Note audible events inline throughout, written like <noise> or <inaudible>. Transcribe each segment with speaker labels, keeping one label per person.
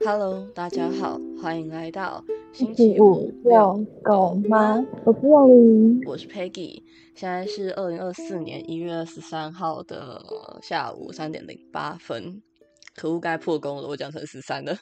Speaker 1: Hello，大家好，欢迎来到星
Speaker 2: 第
Speaker 1: 期五
Speaker 2: 遛狗吗？我是肉林，
Speaker 1: 我是 Peggy，现在是二零二四年一月二十三号的下午三点零八分。可恶，该破功了，我讲成十三了。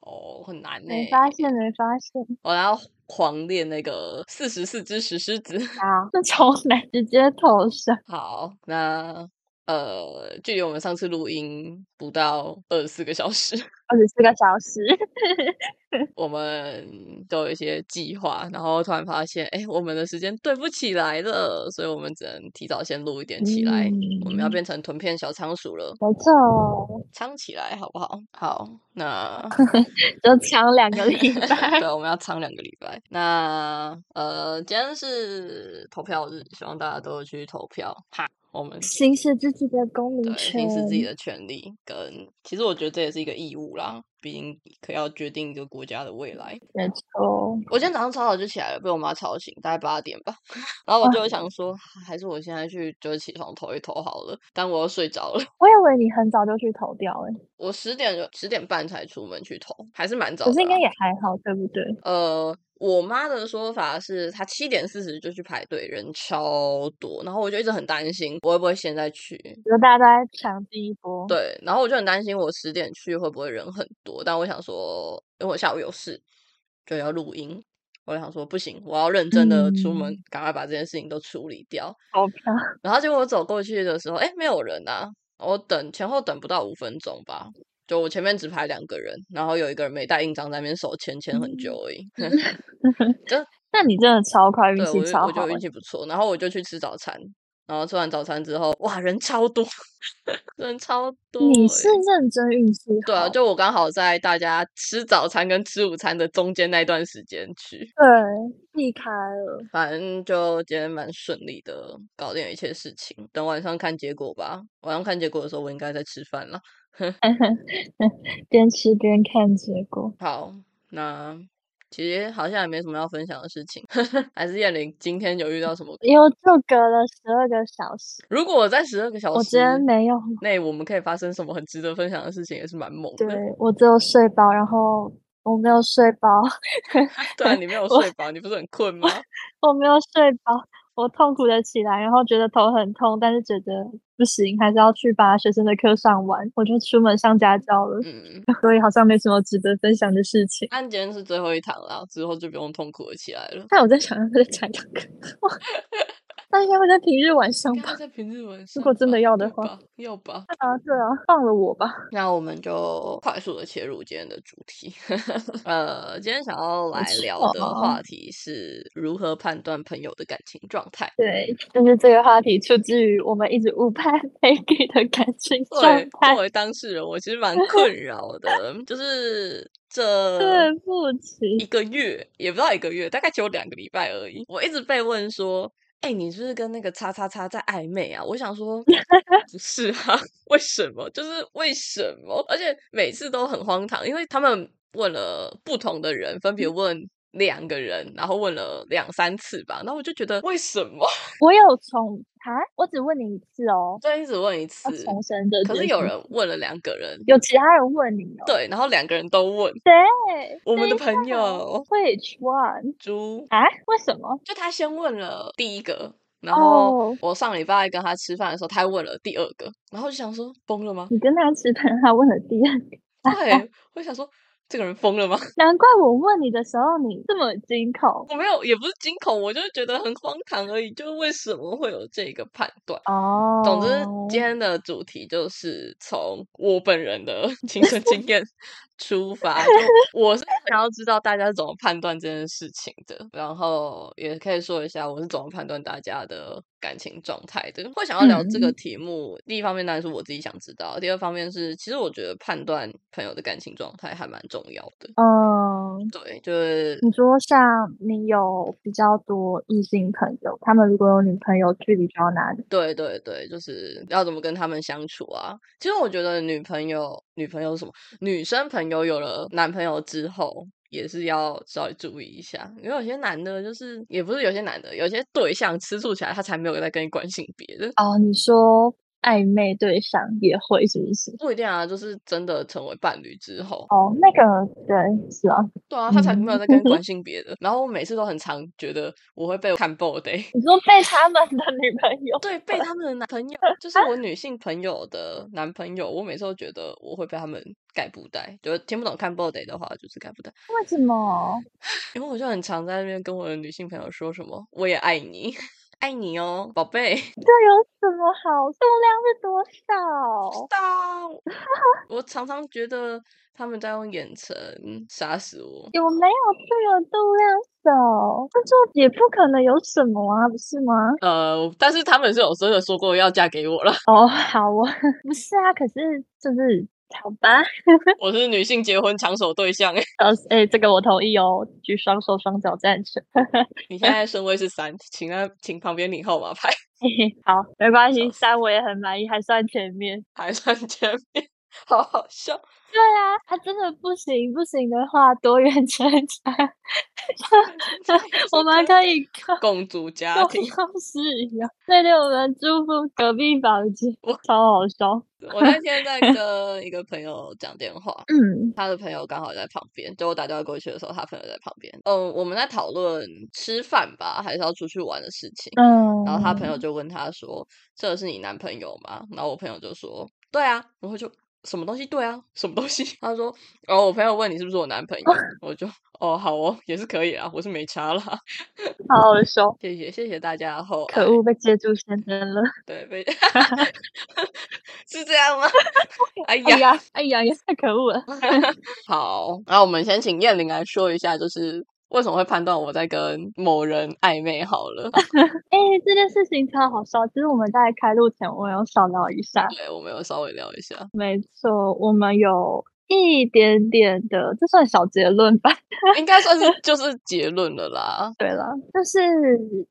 Speaker 1: 哦，很难呢、
Speaker 2: 没发现，没发现
Speaker 1: 我要狂练那个四十四只石狮子。
Speaker 2: 啊！这 <laughs> 从哪直接投射？
Speaker 1: 好，那呃，距离我们上次录音不到二十四个小时。
Speaker 2: 二十四个小时，
Speaker 1: 我们都有一些计划，然后突然发现，哎，我们的时间对不起来了，所以我们只能提早先录一点起来。我们要
Speaker 2: 嗯
Speaker 1: 变成臀片小仓鼠了，
Speaker 2: 没错，
Speaker 1: 仓起来好不好？好，那
Speaker 2: <laughs> 就抢两个礼拜
Speaker 1: 对，。啊我们要仓两个礼拜。那呃，今天是投票日，希望大家都去投票。哈，我们
Speaker 2: 行使自己的公民
Speaker 1: 对，
Speaker 2: 权，
Speaker 1: 行使自己的权利，跟其实我觉得这也是一个义务啦，毕竟可要决定一个国家的未来。
Speaker 2: 没错。
Speaker 1: 我今天早上超早就起来了，被我妈吵醒，大概八点吧。 <laughs> 然后我
Speaker 2: 哇
Speaker 1: 就想说，还是我现在去就是起床投一投好了，但我又睡着了。 <laughs>
Speaker 2: 我以为你很早就去投掉哎、
Speaker 1: 我十点就十点半才出门去投，还是蛮早的
Speaker 2: 可
Speaker 1: 啦。
Speaker 2: 是应该也还好，对不对？
Speaker 1: 呃，我妈的说法是她七点四十就去排队，人超多，然后我就一直很担心我会不会现在去。
Speaker 2: 就大家都在抢第一波，
Speaker 1: 对，然后我就很担心我十点去会不会人很多，但我想说，因为我下午有事就要录音，我想说不行，我要认真的出门，
Speaker 2: 嗯
Speaker 1: 赶快把这件事情都处理掉。
Speaker 2: 投票
Speaker 1: 然后结果我走过去的时候，哎，没有人啊，我等前后等不到五分钟吧。就我前面只排两个人，然后有一个人没带印章，在那边手牵牵很久而已。 <laughs>
Speaker 2: 那你真的超快，嗯运
Speaker 1: 对，
Speaker 2: 气
Speaker 1: 我就
Speaker 2: 超
Speaker 1: 我
Speaker 2: 好
Speaker 1: 就
Speaker 2: 欸
Speaker 1: 运。气不错，然后我就去吃早餐，然后吃完早餐之后，哇，人超多，人超多欸。
Speaker 2: 你是认真运气好，
Speaker 1: 对啊，就我刚好在大家吃早餐跟吃午餐的中间那段时间去，
Speaker 2: 对避开了。
Speaker 1: 反正就今天蛮顺利的，搞定了一切事情。等晚上看结果吧，晚上看结果的时候我应该在吃饭了。
Speaker 2: 边吃边看结果。
Speaker 1: 好，那其实好像也没什么要分享的事情， <laughs> 还是燕玲今天有遇到什么？
Speaker 2: 又就隔了十二个小时，
Speaker 1: 如果我在十二个小
Speaker 2: 我
Speaker 1: 时
Speaker 2: 今天没有，
Speaker 1: 内我们可以发生什么很值得分享的事情，也是蛮猛的。
Speaker 2: 对我只有睡饱，然后我没有睡饱， <laughs>
Speaker 1: 对啊，你没有
Speaker 2: 我
Speaker 1: 睡饱，你不是很困吗？
Speaker 2: 我没有睡饱，我痛苦的起来，然后觉得头很痛，但是觉得不行，还是要去把学生的课上完，我就出门上家教了，
Speaker 1: 嗯，
Speaker 2: 所以好像没什么值得分享的事情。 <laughs>
Speaker 1: 但今天是最后一堂啦，之后就不用痛苦了起来了。
Speaker 2: 但我在想，他在讲两
Speaker 1: <laughs>
Speaker 2: 个， <laughs> 那应该会在平日晚上
Speaker 1: 应
Speaker 2: 吧
Speaker 1: 该？在平日晚上
Speaker 2: 果真
Speaker 1: 吧
Speaker 2: 的要的
Speaker 1: 对
Speaker 2: 话
Speaker 1: 吧要吧。
Speaker 2: 啊，对啊，放了我吧。
Speaker 1: 那我们就快速的切入今天的主题。 <laughs> 呃，今天想要来聊的
Speaker 2: 错
Speaker 1: 话题是如何判断朋友的感情状态。
Speaker 2: 对，就是这个话题出自于我们一直误判 <laughs> Peggy 的感情状
Speaker 1: 对，
Speaker 2: 态
Speaker 1: 作，为当事人，我其实
Speaker 2: <laughs>
Speaker 1: 蛮困扰的，就是这
Speaker 2: 对不
Speaker 1: 一
Speaker 2: 起，
Speaker 1: 个月，也不到一个月，大概只有两个礼拜而已。我一直被问说。哎、你是不是跟那个叉叉叉在暧昧啊？我想
Speaker 2: <laughs>
Speaker 1: 说，不是啊， <laughs> 为什么？就是为什么？而且每次都很荒唐，因为他们问了不同的人，分别
Speaker 2: 嗯
Speaker 1: 问两个人，然后问了两三次吧。然后我就觉得为什么？ <laughs>
Speaker 2: 我有重啊，我只问你一次哦，
Speaker 1: 再一直问一次
Speaker 2: 要，重申的。
Speaker 1: 可是有人问了两个人，
Speaker 2: 有其他人问你哦，
Speaker 1: 对，然后两个人都问
Speaker 2: 对，
Speaker 1: 我们的
Speaker 2: 等一
Speaker 1: 朋
Speaker 2: 下
Speaker 1: 友
Speaker 2: ，Which one
Speaker 1: 猪，
Speaker 2: 啊？为什么？
Speaker 1: 就他先问了第一个，然后
Speaker 2: 哦？
Speaker 1: 我上礼拜跟他吃饭的时候，他问了第二个，然后就想说疯了吗
Speaker 2: 你跟他吃饭，他问了第二个，
Speaker 1: <laughs> 对，我想说这个人疯了吗？ <laughs>
Speaker 2: 难怪我问你的时候你这么惊恐
Speaker 1: 我没有，也不是惊恐，我就是觉得很荒唐而已。就是为什么会有这个判断？
Speaker 2: 哦。
Speaker 1: 总之，今天的主题就是从我本人的
Speaker 2: <laughs>
Speaker 1: 亲身经验出发，就我是想要知道大家是怎么判断这件事情的，然后也可以说一下我是怎么判断大家的感情状态的。会想要聊这个
Speaker 2: 嗯
Speaker 1: 题目，第一方面当然是我自己想知道，第二方面是其实我觉得判断朋友的感情状态还蛮重要的。
Speaker 2: 嗯，
Speaker 1: 对，就是
Speaker 2: 你说像你有比较多异性朋友，他们如果有女朋友，距离到哪里？
Speaker 1: 对对对，就是要怎么跟他们相处啊？其实我觉得女朋友、女朋友是什么，女生朋友有了男朋友之后，也是要稍微注意一下，因为有些男的就是也不是有些男的，有些对象吃醋起来，他才没有在跟你管性别的。
Speaker 2: 哦，你说暧昧对象也会，是不是？
Speaker 1: 不一定啊，就是真的成为伴侣之后，
Speaker 2: 哦，那个对，是啊，
Speaker 1: 对啊，他才没有在跟
Speaker 2: 嗯
Speaker 1: 关心别的。然后我每次都很常觉得我会被看欸 b o d
Speaker 2: 你说被他们的女朋友，
Speaker 1: 对，被他们的男朋友，就是我女性朋友的男朋友，我每次都觉得我会被他们盖布袋，就是听不懂看 body 的话，就是盖布袋，
Speaker 2: 为什么？
Speaker 1: 因为我就很常在那边跟我的女性朋友说什么“我也爱你，爱你哦，宝贝”，
Speaker 2: 这有什么好？重量是多
Speaker 1: <laughs>
Speaker 2: 少？
Speaker 1: 到我常常觉得他们在用眼神杀死我。
Speaker 2: 有没有这个重量少？那就也不可能有什么啊，不是吗？
Speaker 1: 呃，但是他们是有真的说过要嫁给我了， <laughs>
Speaker 2: 哦， <laughs> 好啊，不是啊，可是就是好吧，
Speaker 1: 我是女性结婚抢手对象。欸
Speaker 2: 呃，哎，这个我同意哦，举双手双脚赞成。
Speaker 1: 你现在顺位是三，请在请旁边领号码牌，
Speaker 2: 嘿嘿，好，没关
Speaker 1: 笑
Speaker 2: 系，三我也很满意，还算前面。
Speaker 1: 还算前面， <laughs> 好好笑。
Speaker 2: 对啊，他真的不行，不行的话多元成家， <laughs>
Speaker 1: <laughs>
Speaker 2: 我们可以靠
Speaker 1: 共组家
Speaker 2: 共
Speaker 1: 庭。
Speaker 2: 同室友。对对，我们住不隔壁房间
Speaker 1: 我，
Speaker 2: 超好笑。
Speaker 1: 我那天
Speaker 2: <laughs>
Speaker 1: 在跟一个朋友讲电话，
Speaker 2: 嗯，
Speaker 1: 他的朋友刚好在旁边，就我打电话过去的时候，他朋友在旁边。嗯，我们在讨论吃饭吧，还是要出去玩的事情。嗯然后他
Speaker 2: 哦
Speaker 1: 朋友就问他说：“这是你男朋友吗？”然后我朋友就说：“对啊。”然后就什么东西对啊，什么东西？ <laughs> 他说：“哦，我朋友问你是不是我男
Speaker 2: <laughs>
Speaker 1: 朋友？”我就哦，好哦，也是可以啊，我是没差啦。
Speaker 2: 嗯，好好笑。
Speaker 1: 谢谢谢谢大家的厚爱
Speaker 2: 可恶，被接住先生
Speaker 1: <laughs>
Speaker 2: 了！
Speaker 1: 对，被是这样吗？哎
Speaker 2: 哎
Speaker 1: 呀，
Speaker 2: 呀，哎呀，也太可恶了。
Speaker 1: 嗯好，那我们先请燕玲来说一下，就是为什么会判断我在跟某人暧昧好了。
Speaker 2: 哎、这件事情超好笑。其实我们在开录前，我有小聊一下。
Speaker 1: 对，我们有稍微聊一下，
Speaker 2: 没错，我们有一点点的，这算小结论吧？
Speaker 1: 应该 <laughs> 算是就是结论了啦。
Speaker 2: 对了，就是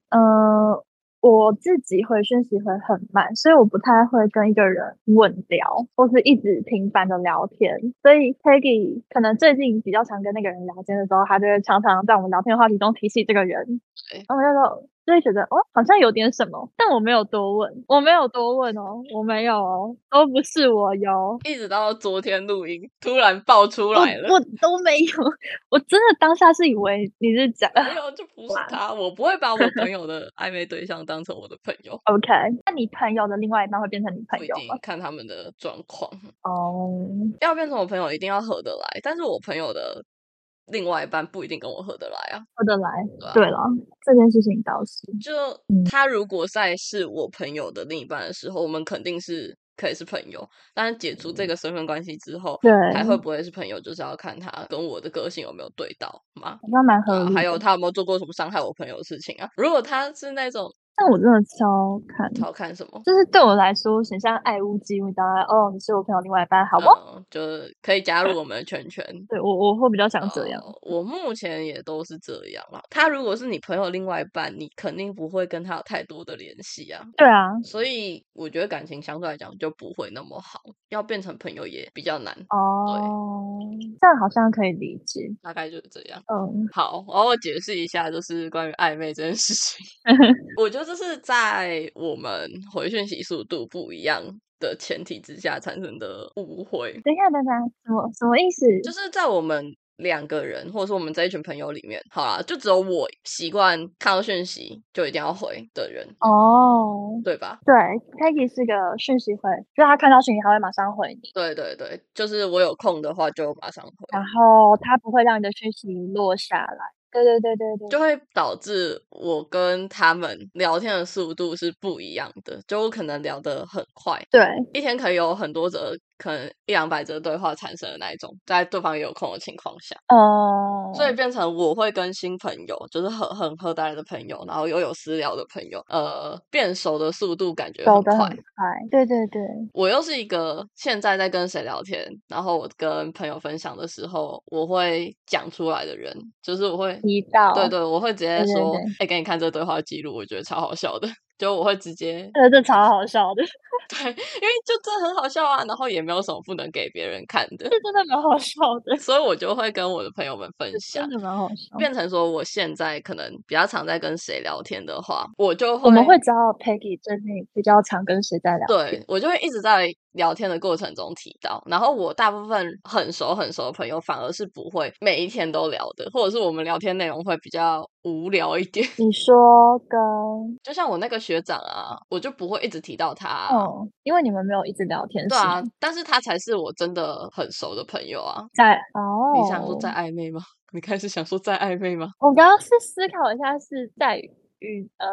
Speaker 2: 呃，我自己回讯息会很慢，所以我不太会跟一个人稳聊，或是一直频繁的聊天。所以 Peggy 可能最近比较常跟那个人聊天的时候，他就会常常在我们聊天的话题中提起这个人
Speaker 1: 对，
Speaker 2: 然后我就说。就会觉得哦，好像有点什么，但我没有多问，我没有多问哦，我没有哦，都不是我哟，
Speaker 1: 一直到昨天录音，突然爆出
Speaker 2: 我
Speaker 1: 来 <laughs> 了。
Speaker 2: 我都没有， <laughs> 我真的当下是以为你是讲，
Speaker 1: 没有，这不是他，我不会把我朋友的暧昧对象当成我的朋友
Speaker 2: OK，那你朋友的另外一半会变成你朋
Speaker 1: 不一
Speaker 2: 友
Speaker 1: 定
Speaker 2: 吗？
Speaker 1: 看他们的状况。
Speaker 2: 哦，
Speaker 1: 要变成我朋友，一定要合得来，但是我朋友的另外一半不一定跟我合得来啊。
Speaker 2: 合得来
Speaker 1: 对啊。
Speaker 2: 对了，这件事情倒是
Speaker 1: 就
Speaker 2: 嗯
Speaker 1: 他如果在是我朋友的另一半的时候，我们肯定是可以是朋友。但是解除这个身份关系之后，
Speaker 2: 嗯对，
Speaker 1: 还
Speaker 2: 好
Speaker 1: 会不会是朋友，就是要看他跟我的个性有没有对到嘛。
Speaker 2: 像蛮合
Speaker 1: 啊，
Speaker 2: 理
Speaker 1: 还有
Speaker 2: 的。
Speaker 1: 他有没有做过什么伤害我朋友的事情啊？如果他是那种
Speaker 2: 但我真的超看，
Speaker 1: 调侃什么，
Speaker 2: 就是对我来说，很像爱屋及乌。当然，哦，你是我朋友另外一半，好不？
Speaker 1: 嗯，就是可以加入我们的圈圈。
Speaker 2: 对我我会比较想这样。嗯
Speaker 1: 呃我目前也都是这样啦。他如果是你朋友另外一半，你肯定不会跟他有太多的联系啊，
Speaker 2: 对啊，
Speaker 1: 所以我觉得感情相对来讲就不会那么好，要变成朋友也比较难，
Speaker 2: 哦，这样好像可以理解。
Speaker 1: 大概就是这样。
Speaker 2: 嗯，
Speaker 1: 好，然后我解释一下，就是关于暧昧这件事情，我觉得这是在我们回讯息速度不一样的前提之下产生的误会。
Speaker 2: 等一下，等一下，什么什么意思？
Speaker 1: 就是在我们两个人，或者说我们这一群朋友里面，好啦，就只有我习惯看到讯息就一定要回的人，
Speaker 2: 哦，
Speaker 1: 对吧？
Speaker 2: 对，Peggy 是个讯息回，就是他看到讯息他会马上回你。
Speaker 1: 对对对，就是我有空的话就马上回，
Speaker 2: 然后它不会让你的讯息落下来。对对对对对，
Speaker 1: 就会导致我跟他们聊天的速度是不一样的，就我可能聊得很快，
Speaker 2: 对
Speaker 1: 一天可以有很多则，可能一两百则对话产生的那一种，在对方也有空的情况下。
Speaker 2: 哦，
Speaker 1: 所以变成我会跟新朋友，就是很很合得来的朋友，然后又有私聊的朋友，呃，变熟的速度感觉
Speaker 2: 走
Speaker 1: 很
Speaker 2: 得
Speaker 1: 快
Speaker 2: 很。快。对对对，
Speaker 1: 我又是一个现在在跟谁聊天，然后我跟朋友分享的时候，我会讲出来的人，就是我会。
Speaker 2: 提到
Speaker 1: 对对，我会直接
Speaker 2: 对对
Speaker 1: 说
Speaker 2: 对，
Speaker 1: 哎、给你看这对话记录，我觉得超好笑的。就我会直接
Speaker 2: 呃，这超好笑的，
Speaker 1: 因为就这很好笑啊，然后也没有什么不能给别人看的， <laughs>
Speaker 2: 这真的蛮好笑的，
Speaker 1: 所以我就会跟我的朋友们分享
Speaker 2: 真。的哦蛮好笑。
Speaker 1: 变成说，我现在可能比较常在跟谁聊天的话，我就会
Speaker 2: 我们会知道 Peggy 最近比较常跟谁在聊
Speaker 1: 对我就会一直在聊天的过程中提到。然后我大部分很熟很熟的朋友，反而是不会每一天都聊的，或者是我们聊天内容会比较无聊一点。 <laughs>
Speaker 2: 你说跟
Speaker 1: 就像我那个学长啊，我就不会一直提到他啊、
Speaker 2: 哦，因为你们没有一直聊天，
Speaker 1: 对
Speaker 2: 是
Speaker 1: 啊
Speaker 2: 吗，
Speaker 1: 但是他才是我真的很熟的朋友啊。
Speaker 2: 在哦，
Speaker 1: 你想说在暧昧吗？你开始想说在暧昧吗？
Speaker 2: 我刚刚是思考一下，是在于呃，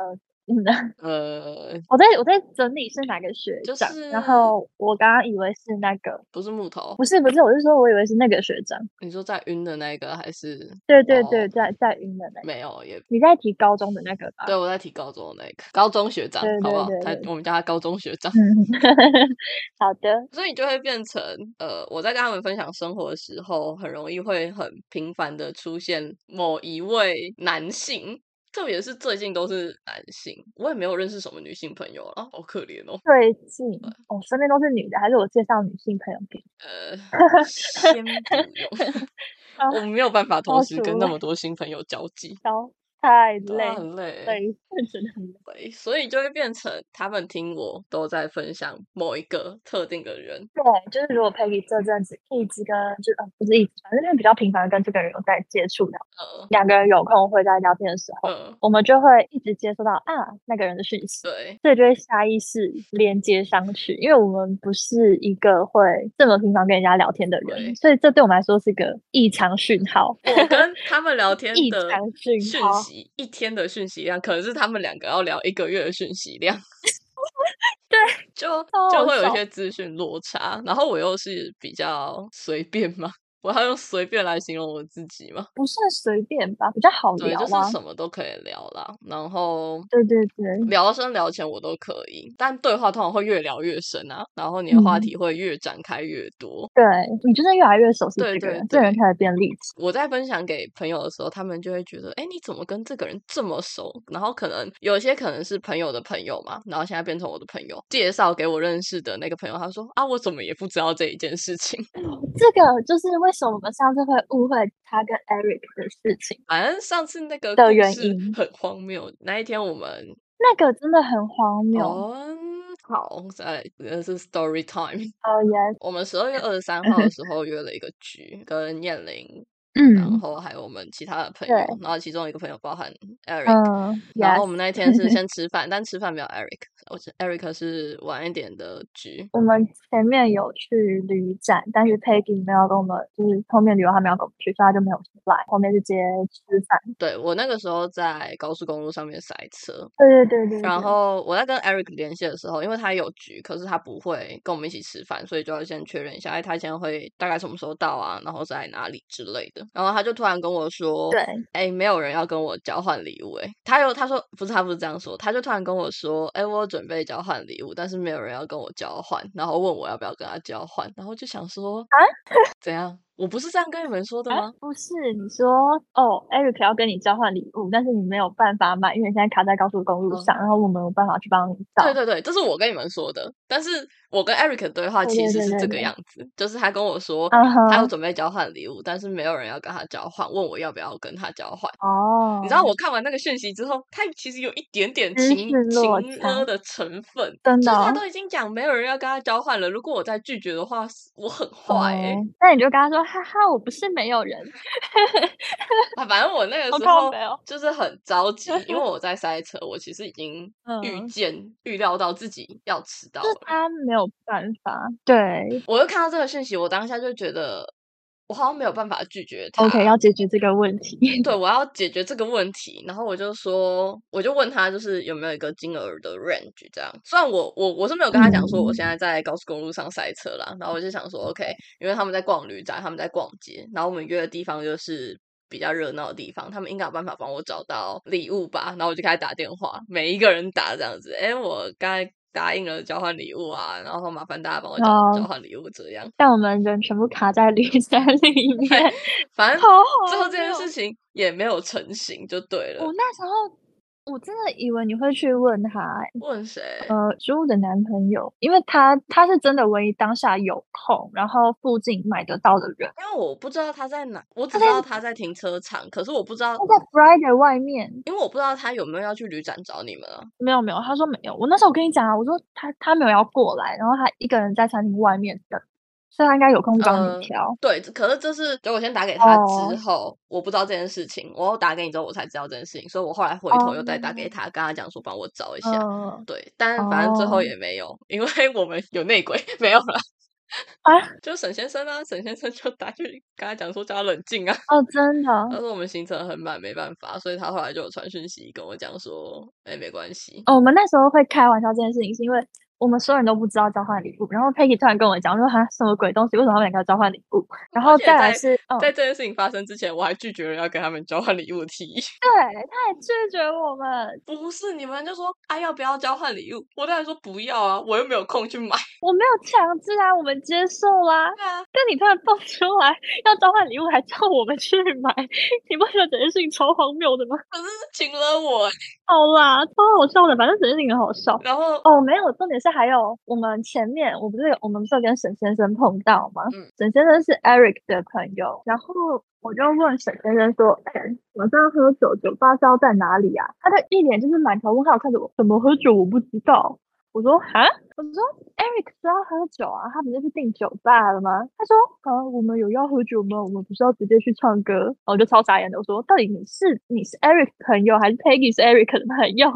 Speaker 2: <laughs> 嗯，
Speaker 1: 呃，
Speaker 2: 我在我在整理是哪个学
Speaker 1: 就
Speaker 2: 长，然
Speaker 1: 是
Speaker 2: 后我刚刚以为是那个，
Speaker 1: 不是木头，
Speaker 2: 不是不是，我是说我以为是那个学长，
Speaker 1: 你说在晕的那个还是
Speaker 2: 对对对，
Speaker 1: 哦
Speaker 2: 在在云的那个，
Speaker 1: 没有也。
Speaker 2: 你在提高中的那个吧？
Speaker 1: 对，我在提高中的那个高中学长，
Speaker 2: 啊对
Speaker 1: 好不
Speaker 2: 对
Speaker 1: 好？
Speaker 2: 对
Speaker 1: 他
Speaker 2: 对
Speaker 1: 我们叫他高中学长。 <laughs>
Speaker 2: 嗯， <laughs> 好的，
Speaker 1: 所以就会变成，呃，我在跟他们分享生活的时候，很容易会很频繁的出现某一位男性，特别是最近都是男性，我也没有认识什么女性朋友啊，好可怜哦。
Speaker 2: 最近我、哦、身边都是女的，还是我介绍女性朋友给你？ <laughs>
Speaker 1: 呃，先不用 <laughs>
Speaker 2: 啊，
Speaker 1: 我没有办法同
Speaker 2: 好
Speaker 1: 时跟
Speaker 2: 除
Speaker 1: 那
Speaker 2: 外
Speaker 1: 么多新朋友交际，
Speaker 2: 超太
Speaker 1: 对啊
Speaker 2: 累，
Speaker 1: 很累。
Speaker 2: 累，真的很累。
Speaker 1: 对，所以就会变成他们听我都在分享某一个特定的人，
Speaker 2: 对，就是如果 Peggy 这阵子一直跟就呃不是一直，反正就是比较频繁地跟这个人有在接触的， <laughs>
Speaker 1: 呃
Speaker 2: 两个人有空会在聊天的时候，
Speaker 1: 呃，
Speaker 2: 我们就会一直接收到啊那个人的讯息，
Speaker 1: 对，
Speaker 2: 所以就会下意识连接上去，因为我们不是一个会这么频繁跟人家聊天的
Speaker 1: 对
Speaker 2: 人，所以这对我们来说是个异常讯号。
Speaker 1: 我跟他们
Speaker 2: <laughs>
Speaker 1: 聊天
Speaker 2: 异
Speaker 1: 的
Speaker 2: 常嗯讯
Speaker 1: 讯
Speaker 2: 号，
Speaker 1: 息，一天的讯息量，可能是他们两个要聊一个月的讯息量。
Speaker 2: <laughs> 对，
Speaker 1: <laughs> 就
Speaker 2: 超
Speaker 1: 就
Speaker 2: 好
Speaker 1: 会有一
Speaker 2: 笑
Speaker 1: 些资讯落差，然后我又是比较随便嘛，我要用随便来形容我自己嘛，
Speaker 2: 不算随便吧，比较好
Speaker 1: 对，
Speaker 2: 聊
Speaker 1: 就是
Speaker 2: 啊。
Speaker 1: 什么都可以聊啦，然后
Speaker 2: 对对对，
Speaker 1: 聊深聊浅我都可以，但对话通常会越聊越深啊，然后你的话
Speaker 2: 嗯
Speaker 1: 题会越展开越多。
Speaker 2: 对你就是越来越熟悉
Speaker 1: 对
Speaker 2: 这
Speaker 1: 对
Speaker 2: 个人，这个人
Speaker 1: 对
Speaker 2: 开始变立体。
Speaker 1: 我在分享给朋友的时候，他们就会觉得，哎，你怎么跟这个人这么熟？然后可能有些可能是朋友的朋友嘛，然后现在变成我的朋友，介绍给我认识的那个朋友，他说啊，我怎么也不知道这一件事情。
Speaker 2: 这个就是为什么我们上次会误会他跟 Eric 的事情，
Speaker 1: 反正上次那个
Speaker 2: 的
Speaker 1: 故
Speaker 2: 原
Speaker 1: 事
Speaker 2: 因
Speaker 1: 很荒谬，那一天我们
Speaker 2: 那个真的很荒谬。
Speaker 1: 哦好，再呃是 story time。
Speaker 2: 哦耶，
Speaker 1: 我们十二月二十三号的时候约了一个局，跟燕玲，然
Speaker 2: 嗯
Speaker 1: 后还有我们其他的朋
Speaker 2: 对
Speaker 1: 友，然后其中一个朋友包含 Eric，、
Speaker 2: 嗯
Speaker 1: 然后我
Speaker 2: ，yes，
Speaker 1: 们那一天是先吃饭，但吃饭没有 Eric，我是 Eric 是晚一点的局，
Speaker 2: 我们前面有去旅展，但是 Peggy 没有跟我们，就是后面旅游他没有跟我们去，所以他就没有出来，后面是直接吃饭。
Speaker 1: 对我那个时候在高速公路上面塞车，
Speaker 2: 对对对对
Speaker 1: 然
Speaker 2: 对，
Speaker 1: 后我在跟 Eric 联系的时候，因为他有局，可是他不会跟我们一起吃饭，所以就要先确认一下，哎，他现在会大概什么时候到啊，然后在哪里之类的。然后他就突然跟我说，
Speaker 2: 对，
Speaker 1: 哎，没有人要跟我交换礼物、欸，哎，他有他说不是他不是这样说，他就突然跟我说，哎，我有准备交换礼物，但是没有人要跟我交换，然后问我要不要跟他交换，然后就想说
Speaker 2: 啊，
Speaker 1: 怎样？我不是这样跟你们说的
Speaker 2: 啊
Speaker 1: 吗？，
Speaker 2: 不是，你说哦，Eric 要跟你交换礼物，但是你没有办法买，因为你现在卡在高速公路
Speaker 1: 嗯
Speaker 2: 上，然后我们没有办法去帮你找。
Speaker 1: 对对对，这是我跟你们说的，但是我跟 Eric 的对话
Speaker 2: 对
Speaker 1: 其
Speaker 2: 对
Speaker 1: 实
Speaker 2: 对
Speaker 1: 是这
Speaker 2: 对
Speaker 1: 个
Speaker 2: 对
Speaker 1: 样子，就是他跟我说
Speaker 2: 啊
Speaker 1: 他有
Speaker 2: 哈，
Speaker 1: 准备交换礼物，但是没有人要跟他交换，问我要不要跟他交换。你知道
Speaker 2: 哦，
Speaker 1: 我看完那个讯息之后，他其实有一点点
Speaker 2: 资
Speaker 1: 情
Speaker 2: 讯落
Speaker 1: 情
Speaker 2: 差，
Speaker 1: 勒的成分，
Speaker 2: 真
Speaker 1: 就
Speaker 2: 的
Speaker 1: 是他
Speaker 2: 哦
Speaker 1: 都已经讲没有人要跟他交换了，如果我再拒绝的话，我很坏欸诶、
Speaker 2: 哦，那你就跟他说，哈哈，我不是没有人，
Speaker 1: <laughs> 啊，反正我那个
Speaker 2: 我
Speaker 1: 时
Speaker 2: 靠
Speaker 1: 候
Speaker 2: 没有，
Speaker 1: 就是很着急，因为我在塞车，我其实已经预
Speaker 2: 嗯，
Speaker 1: 见预料到自己要迟到
Speaker 2: 就是
Speaker 1: 了。
Speaker 2: 他没有办法，对
Speaker 1: 我就看到这个讯息，我当下就觉得我好像没有办法拒绝他。
Speaker 2: ，OK，要解决这个问题，
Speaker 1: 对，我要解决这个问题，然后我就说，我就问他，就是有没有一个金额的 range 这样。虽然我我我是没有跟他讲说我
Speaker 2: 嗯，
Speaker 1: 现在在高速公路上塞车啦，然后我就想说，OK，因为他们在逛旅展，他们在逛街，然后我们约的地方就是比较热闹的地方，他们应该有办法帮我找到礼物吧。然后我就开始打电话，每一个人打这样子，诶，我刚才答应了交换礼物啊，然后麻烦大家帮我
Speaker 2: 然
Speaker 1: 交交
Speaker 2: 后
Speaker 1: 换礼物这样。
Speaker 2: 但我们人全部卡在旅程里
Speaker 1: <laughs>
Speaker 2: 面，
Speaker 1: 对，反正
Speaker 2: 好哦
Speaker 1: 最后
Speaker 2: 荒
Speaker 1: 这件
Speaker 2: 谬。哦
Speaker 1: 事情也没有成型，就对了。
Speaker 2: 我那时候。我真的以为你会去问他欸、
Speaker 1: 问谁？
Speaker 2: 呃，猪的男朋友，因为他他是真的唯一当下有空，然后附近买得到的人。
Speaker 1: 因为我不知道他在哪，我只
Speaker 2: 他
Speaker 1: 知
Speaker 2: 在啊
Speaker 1: 道他在停车场，可是我不知道
Speaker 2: 他，在 Friday 外面
Speaker 1: 因为我不知道他有没有要去旅展找你们啊。
Speaker 2: 没有没有，他说没有。我那时候跟你讲啊，我说他他没有要过来，然后他一个人在餐厅外面等，所以他应该有空帮
Speaker 1: 呃
Speaker 2: 你挑。
Speaker 1: 对，可是这是就我先打给他之
Speaker 2: 哦
Speaker 1: 后我不知道这件事情，我打给你之后我才知道这件事情，所以我后来回头又再打给他，跟他讲说帮我找一下。
Speaker 2: 哦嗯，
Speaker 1: 对，但反正最后
Speaker 2: 哦
Speaker 1: 也没有，因为我们有内鬼， <laughs> 没有啦。
Speaker 2: 啊，
Speaker 1: 就沈先生啊，沈先生就打去跟他讲说叫他冷静啊。
Speaker 2: 哦，真的，
Speaker 1: 他说我们行程很满，没办法，所以他后来就有传讯息跟我讲说，哎、没关系。
Speaker 2: 哦，我们那时候会开玩笑这件事情，是因为我们所有人都不知道交换礼物，然后 Peggy 突然跟我讲，我说哈啊什么鬼东西，为什么他们两个要交换礼物？然
Speaker 1: 哦而
Speaker 2: 后
Speaker 1: 且
Speaker 2: 再来
Speaker 1: 在
Speaker 2: 是，嗯，
Speaker 1: 在这件事情发生之前，我还拒绝了要跟他们交换礼物的提议。 <laughs>
Speaker 2: 对，他也拒绝我们，
Speaker 1: 不是你们就说啊，要不要交换礼物？我当然说不要啊，我又没有空去买。 <laughs>
Speaker 2: 我没有强制啊，我们接受啦、
Speaker 1: 对啊，
Speaker 2: 但你突然蹦出来要交换礼物，还叫我们去买，你不觉得整件事情超荒谬的吗？
Speaker 1: 可是请了我欸，
Speaker 2: 好啦，超好笑的，反正整件事情很好笑。
Speaker 1: 然后
Speaker 2: 哦，没有，重点是还有我们前面，我不是有我们不是有跟沈先生碰到吗？
Speaker 1: 嗯
Speaker 2: 沈先生是 Eric 的朋友，然后我就问沈先生说：“哎，晚上喝酒，酒吧是要在哪里啊？”他的一脸就是满头问号看着我，怎么喝酒我不知道。我说：“啊，我说 Eric 说要喝酒啊，他不是去订酒吧了吗？”他说：“啊，我们有要喝酒吗？我们不是要直接去唱歌？”然后我就超傻眼的，我说：“到底你是你是 Eric 朋友，还是 Peggy 是 Eric 的朋友？”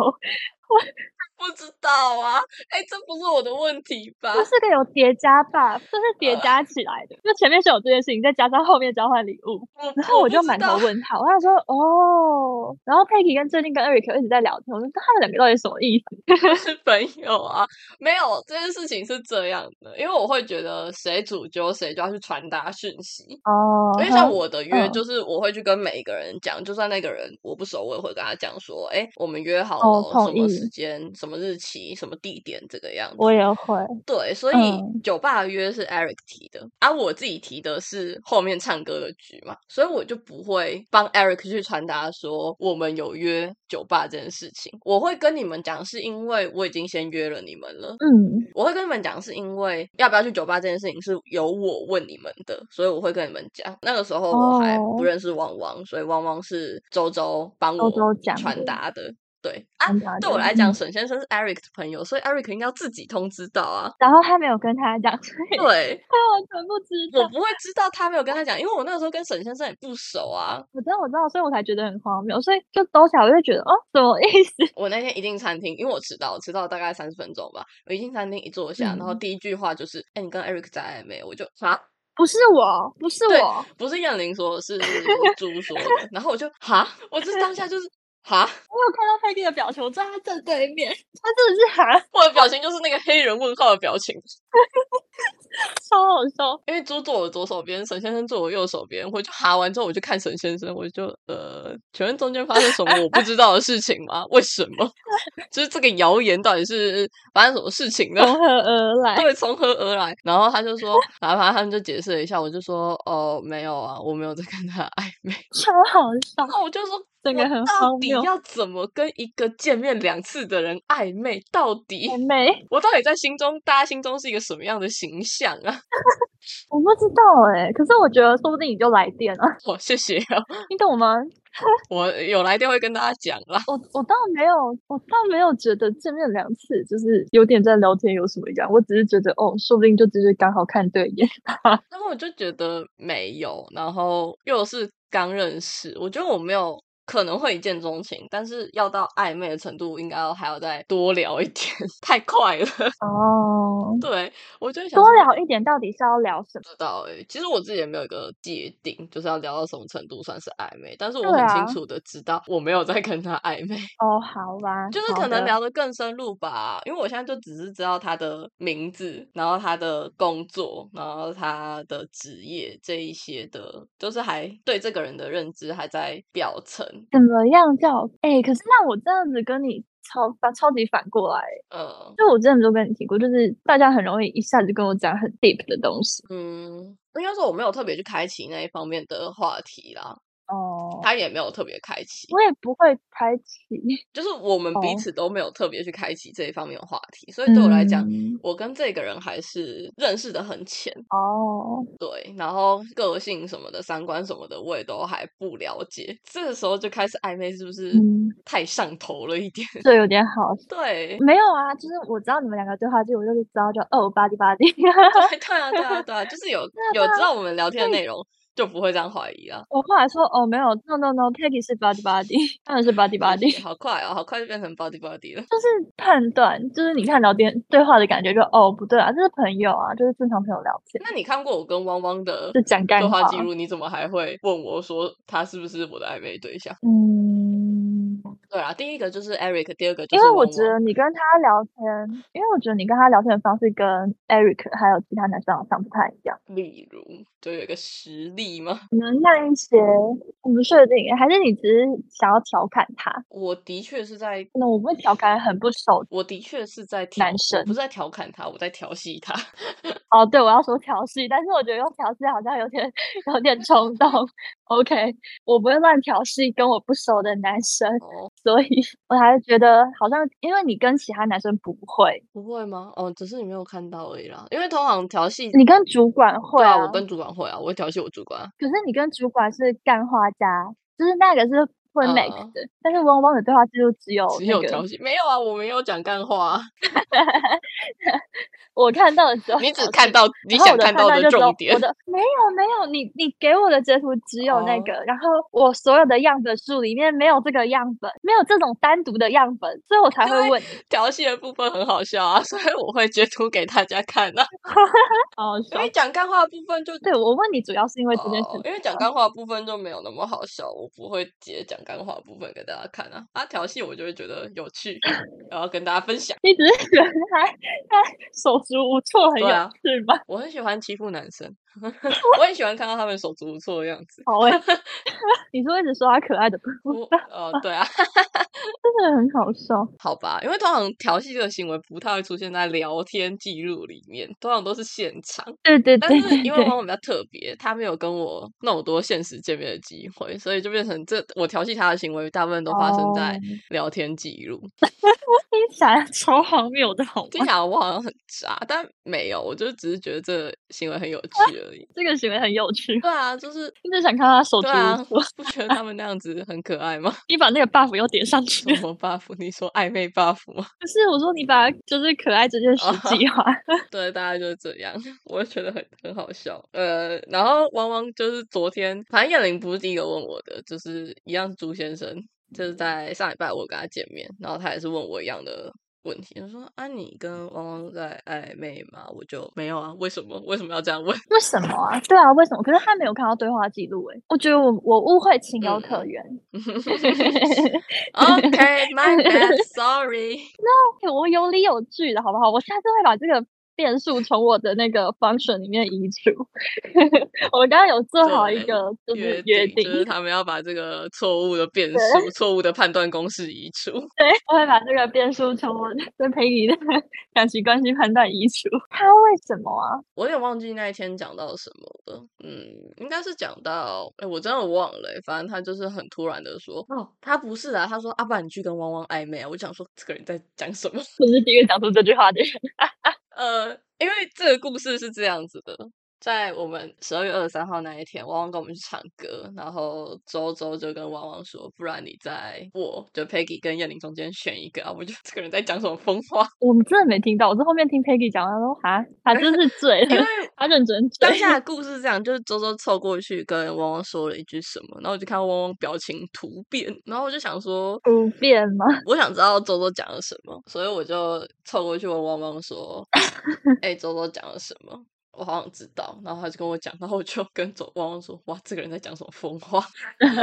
Speaker 1: 不知道啊，哎、这不是我的问题吧？
Speaker 2: 这是个有叠加吧，这是叠
Speaker 1: 啊呃
Speaker 2: 加起来的。就前面是有这件事情，再加上后面交换礼
Speaker 1: <laughs>
Speaker 2: 物，
Speaker 1: 我
Speaker 2: 然后我
Speaker 1: 不
Speaker 2: 就
Speaker 1: 知
Speaker 2: 满头
Speaker 1: 道
Speaker 2: 问号。我想说，哦，然后 Peggy 跟最近跟 Eric 一直在聊天，我说他们两个到底什么意
Speaker 1: <laughs>
Speaker 2: 思？
Speaker 1: 是朋友啊，没有这件事情是这样的，因为我会觉得谁主揪谁就要去传达讯息，
Speaker 2: 哦
Speaker 1: 因为像我的约
Speaker 2: 嗯
Speaker 1: 就是我会去跟每一个人讲，就算那个人我不熟，我也会跟他讲说，哎，我们约好
Speaker 2: 哦
Speaker 1: 了
Speaker 2: 同
Speaker 1: 什么时
Speaker 2: 意
Speaker 1: 间、什么日期、什么地点这个样子。
Speaker 2: 我也会，
Speaker 1: 对，所以
Speaker 2: 嗯
Speaker 1: 酒吧的约是 Eric 提的，而我自己提的是后面唱歌的局嘛，所以我就不会帮 Eric 去传达说我们有约酒吧这件事情。我会跟你们讲，是因为我已经先约了你们了。
Speaker 2: 嗯，
Speaker 1: 我会跟你们讲，是因为要不要去酒吧这件事情是由我问你们的，所以我会跟你们讲。那个时候我还不
Speaker 2: 哦
Speaker 1: 认识汪汪，所以汪汪是周周帮
Speaker 2: 周周
Speaker 1: 我
Speaker 2: 讲
Speaker 1: 传
Speaker 2: 的哦
Speaker 1: 达的。对啊，
Speaker 2: 传达
Speaker 1: 对我
Speaker 2: 的
Speaker 1: 来讲，
Speaker 2: 嗯
Speaker 1: 沈先生是 Eric 的朋友，所以 Eric 应该要自己通知到啊。
Speaker 2: 然后他没有跟他讲，所
Speaker 1: <laughs>
Speaker 2: 以 <laughs> 他
Speaker 1: 对，
Speaker 2: 完全不知
Speaker 1: 我
Speaker 2: 道。
Speaker 1: 不会知道他没有跟他讲，因为我那个时候跟沈先生也不熟啊。
Speaker 2: 我知道，我知道，所以我才觉得哦很荒谬，所以就走起来我就觉得，哦，什么意思？
Speaker 1: 我那天一进餐厅，因为我迟到，迟到大概三十分钟吧。我一进餐厅一坐下，然后
Speaker 2: 嗯
Speaker 1: 第一句话就是：“哎、你跟 Eric 在暧昧？”我就啊，
Speaker 2: 不是我，不是
Speaker 1: 对
Speaker 2: 我，
Speaker 1: 不是燕玲说的，是我猪说的。 <laughs> 然后我就哈，我这当下就是哈，
Speaker 2: 我有看到 Peggy 的表情，我坐在他正对面，他真的是喊。
Speaker 1: 我的表情就是那个黑人问号的表情。
Speaker 2: 超好笑，
Speaker 1: 因为猪坐我左手边，沈先生坐我右手边，我就哈完之后，我就看沈先生，我就呃，请问中间发生什么我不知道的事情吗？为什么？ <laughs> 就是这个谣言到底是发生什么事情呢？ <laughs>
Speaker 2: 从何而来？
Speaker 1: 对，从何而来？然后他就说，然后反正他们就解释了一下，我就说，哦，没有啊，我没有在跟他暧昧。 <laughs>
Speaker 2: 超好笑，
Speaker 1: 那我就说，
Speaker 2: 整个
Speaker 1: 我
Speaker 2: 很
Speaker 1: 到
Speaker 2: 荒
Speaker 1: 底
Speaker 2: 谬
Speaker 1: 要怎么跟一个见面两次的人暧昧？到底
Speaker 2: 暧昧，
Speaker 1: <laughs> 我到底在心中，大家心中是一个什么样的形象啊？ <laughs>
Speaker 2: 我不知道哎、可是我觉得说不定你就来电了，
Speaker 1: 哦，谢谢啊，
Speaker 2: <laughs> 你懂吗？
Speaker 1: 我有来电会跟大家讲啦。
Speaker 2: 我我倒没有，我倒没有觉得见面两次就是有点在聊天有什么一样，我只是觉得哦，说不定就只是刚好看对
Speaker 1: <laughs>
Speaker 2: 眼，
Speaker 1: 然后我就觉得没有，然后又是刚认识，我觉得我没有可能会一见钟情，但是要到暧昧的程度，应该要还要再多聊一点， <laughs> 太快了。
Speaker 2: 哦，
Speaker 1: 对，我就会想
Speaker 2: 多
Speaker 1: 说
Speaker 2: 聊一点到底是要聊什么？
Speaker 1: 不知道哎、其实我自己也没有一个界定，就是要聊到什么程度算是暧昧，但是我
Speaker 2: 对
Speaker 1: 很清
Speaker 2: 啊
Speaker 1: 楚的知道我没有在跟他暧昧， <laughs>
Speaker 2: 哦，好吧，
Speaker 1: 就是
Speaker 2: 好
Speaker 1: 可能
Speaker 2: 的，
Speaker 1: 聊得更深入吧，因为我现在就只是知道他的名字，然后他的工作，然后他的职业这一些的，就是还对这个人的认知还在表层，
Speaker 2: 怎么样叫？哎、可是那我这样子跟你超反超级反过来欸、
Speaker 1: 呃，
Speaker 2: 就我之前不就跟你提过，就是大家很容易一下子跟我讲很 deep 的东西。
Speaker 1: 嗯，应该说我没有特别去开启那一方面的话题啦，
Speaker 2: 哦，
Speaker 1: 他也没有特别开启，
Speaker 2: 我也不会开启，
Speaker 1: 就是我们彼
Speaker 2: 哦
Speaker 1: 此都没有特别去开启这一方面的话题，所以对我来讲，
Speaker 2: 嗯
Speaker 1: 我跟这个人还是认识的很浅，
Speaker 2: 哦，
Speaker 1: 对，然后个性什么的、三观什么的，我也都还不了解。这个时候就开始暧昧，是不是
Speaker 2: 嗯，
Speaker 1: 太上头了一点？ <laughs>
Speaker 2: 这有点好笑。 <laughs>
Speaker 1: 对，
Speaker 2: 没有啊，就是我知道你们两个对话记录，我就是知道就哦吧唧吧唧。
Speaker 1: 对，对啊，对啊，对啊，就是有有知道我们聊天的内容，就不会这样怀疑啊。
Speaker 2: <laughs> 我后来说哦没有，no no no，Peggy 是吧唧吧唧，当然是吧唧吧
Speaker 1: 对
Speaker 2: 唧。
Speaker 1: 好快哦，好快就变成 body body 了。
Speaker 2: <laughs> 就是判断，就是你看聊天对话的感觉就，哦不对啊，这是朋友啊，就是正常朋友聊天，
Speaker 1: 那你看过我跟汪汪
Speaker 2: <laughs>
Speaker 1: 的
Speaker 2: 就讲
Speaker 1: 对
Speaker 2: 干
Speaker 1: 话
Speaker 2: 话。
Speaker 1: 记录，你怎么还会问我说他是不是我的暧昧对象？
Speaker 2: 嗯，
Speaker 1: 对啊，第一个就是 Eric，第二个就
Speaker 2: 因
Speaker 1: 是
Speaker 2: 为我
Speaker 1: 汪
Speaker 2: 觉
Speaker 1: 汪
Speaker 2: 得你跟他聊天，因为我觉得你跟他聊天的方式跟 Eric 还有其他男生好像不太一样，
Speaker 1: 例如就有一个实例吗？
Speaker 2: 可能像一些我不确定，还是你只是想要调侃他？
Speaker 1: 我的确是在
Speaker 2: 那我不会调侃很不熟
Speaker 1: 我的确是在调
Speaker 2: 男
Speaker 1: 我不
Speaker 2: 生
Speaker 1: 是在调侃他，我在调戏
Speaker 2: <laughs>
Speaker 1: 他。
Speaker 2: 哦，对，我要说调戏，但是我觉得用调戏好像有点有点冲动。OK，我不会乱调戏跟我不熟的男生。
Speaker 1: 哦，
Speaker 2: 所以我还是觉得好像，因为你跟其他男生不会，
Speaker 1: 不会吗？哦，只是你没有看到而已啦。因为通常调戏，
Speaker 2: 你跟主管会
Speaker 1: 对啊，
Speaker 2: 啊，
Speaker 1: 我跟主管会啊，我会调戏我主管啊。
Speaker 2: 可是你跟主管是干话家，就是那个是会 mix
Speaker 1: 嗯
Speaker 2: 的，但是汪汪的对话记录只有
Speaker 1: 只
Speaker 2: 哦那
Speaker 1: 有
Speaker 2: 个
Speaker 1: 调戏，没有啊，我没有讲干话啊，
Speaker 2: 我看到的时候，
Speaker 1: 你只看到你
Speaker 2: 哦然后
Speaker 1: 想
Speaker 2: 我的
Speaker 1: 看
Speaker 2: 判
Speaker 1: 到
Speaker 2: 断
Speaker 1: 的
Speaker 2: 就只有
Speaker 1: 重点
Speaker 2: 我。的没有没有，你你给我的截图只有那
Speaker 1: 哦
Speaker 2: 个，然后我所有的样本数里面没有这个样本，没有这种单独的样本，所以我才
Speaker 1: 因为
Speaker 2: 会问你。
Speaker 1: 调戏的部分很好笑啊，所 <laughs> 以我会截图给大家看
Speaker 2: <laughs>
Speaker 1: 啊。
Speaker 2: 哦，
Speaker 1: 因为讲干话的部分就
Speaker 2: 对我问你主要是因为这件事
Speaker 1: 哦，因为
Speaker 2: 情
Speaker 1: 讲
Speaker 2: 啊
Speaker 1: 干话的部分就没有那么好笑，我不会截讲干话的部分给大家看啊。啊，调戏我就会觉得有趣，然后跟大家分享。
Speaker 2: 你只是觉得他他手足无措很有
Speaker 1: 对啊
Speaker 2: 趣吗？
Speaker 1: 我很喜欢欺负男生， <laughs> 我很喜欢看到他们手足无措的样子。
Speaker 2: 好
Speaker 1: <laughs>
Speaker 2: 诶、你说一直说他可爱的部分，
Speaker 1: 我呃，对啊， <laughs>
Speaker 2: 真的很好笑。
Speaker 1: 好吧，因为通常调戏这个行为不太会出现在聊天记录里面，通常都是现
Speaker 2: <laughs>
Speaker 1: 场。
Speaker 2: 对对
Speaker 1: 但
Speaker 2: 对
Speaker 1: 是
Speaker 2: 对
Speaker 1: 因为
Speaker 2: 对
Speaker 1: 汪，汪比较特别，他没有跟我那么多现实见面的机会，所以就变成这我调戏他的行为大部分都发生在
Speaker 2: 哦
Speaker 1: 聊天记录。
Speaker 2: 听起来超荒谬的好
Speaker 1: 听
Speaker 2: 吗？
Speaker 1: 起来我好像很渣，但没有，我就只是觉得这个行为很有趣而已。 <laughs>
Speaker 2: 这个行为很有趣，
Speaker 1: 对啊，就是
Speaker 2: 你只想看他手足
Speaker 1: 对啊
Speaker 2: 无措，， <laughs>
Speaker 1: 不觉得他们那样子很可爱吗？ <laughs>
Speaker 2: 你把那个 buff 又点上去
Speaker 1: 什。么 buff？你说暧昧 buff 吗？
Speaker 2: 不是，我说你把就是可爱这件事计划，
Speaker 1: 对，大概就是这样， <laughs> 我就觉得很很好笑。呃，然后汪汪就是昨天，反正燕玲不是第一个问我的，就是一样是朱先生，就是在上礼拜我跟他见面，然后他也是问我一样的问题，他说啊，你跟汪汪在暧昧吗？我就没有啊，为什么？为什么要这
Speaker 2: <laughs>
Speaker 1: 样问？
Speaker 2: <laughs>
Speaker 1: <laughs>
Speaker 2: 为什么啊？对啊，为什么？可是他没有看到对话记录诶、欸我觉得我我误会情有可原。
Speaker 1: OK, my bad, sorry.
Speaker 2: 欸我有理有据的，好不好？我下次会把这个变数从我的那个 function 里面移除。 <laughs> 我刚刚有做好一
Speaker 1: 对
Speaker 2: 个 <laughs> 就是
Speaker 1: 约
Speaker 2: 约
Speaker 1: 定
Speaker 2: 定，
Speaker 1: 就是他们要把这个错误的变
Speaker 2: <laughs> 对
Speaker 1: 数、错误的判断公式移除。
Speaker 2: 我会把这个变数从我的跟裴仪的感情关系判断移除。他为什么啊？
Speaker 1: 我有点忘记那一天讲到什么了，嗯，应该是讲到，哎、我真的忘了、欸，反正他就是很突然的说，哦，他不是啊，他说，阿、啊、爸你去跟汪汪暧昧啊，我想说这个人在讲什么， <laughs>
Speaker 2: 我是第一个讲出这句话的人。
Speaker 1: 呃，因为这个故事是这样子的，在我们十二月二十三号那一天，汪汪跟我们去唱歌，然后周周就跟汪汪说，不然你在我就 Peggy 跟燕玲中间选一个啊，我就这个人在讲什么疯话， <laughs>
Speaker 2: 我们真的没听到，我是后面听 Peggy 讲，他说哈，他真是醉
Speaker 1: 因为
Speaker 2: 了，他认真醉
Speaker 1: 当。下的故事是这样，就是周周凑过去跟汪汪说了一句什么，然后我就看到汪汪表情突变，然后我就想说，
Speaker 2: 不变吗？ <laughs>
Speaker 1: 我想知道周周讲了什么，所以我就凑过去问汪汪说：“哎、周周讲了什么？”我好想知道，然后他就跟我讲，然后我就跟周汪汪说：“哇，这个人在讲什么疯话？”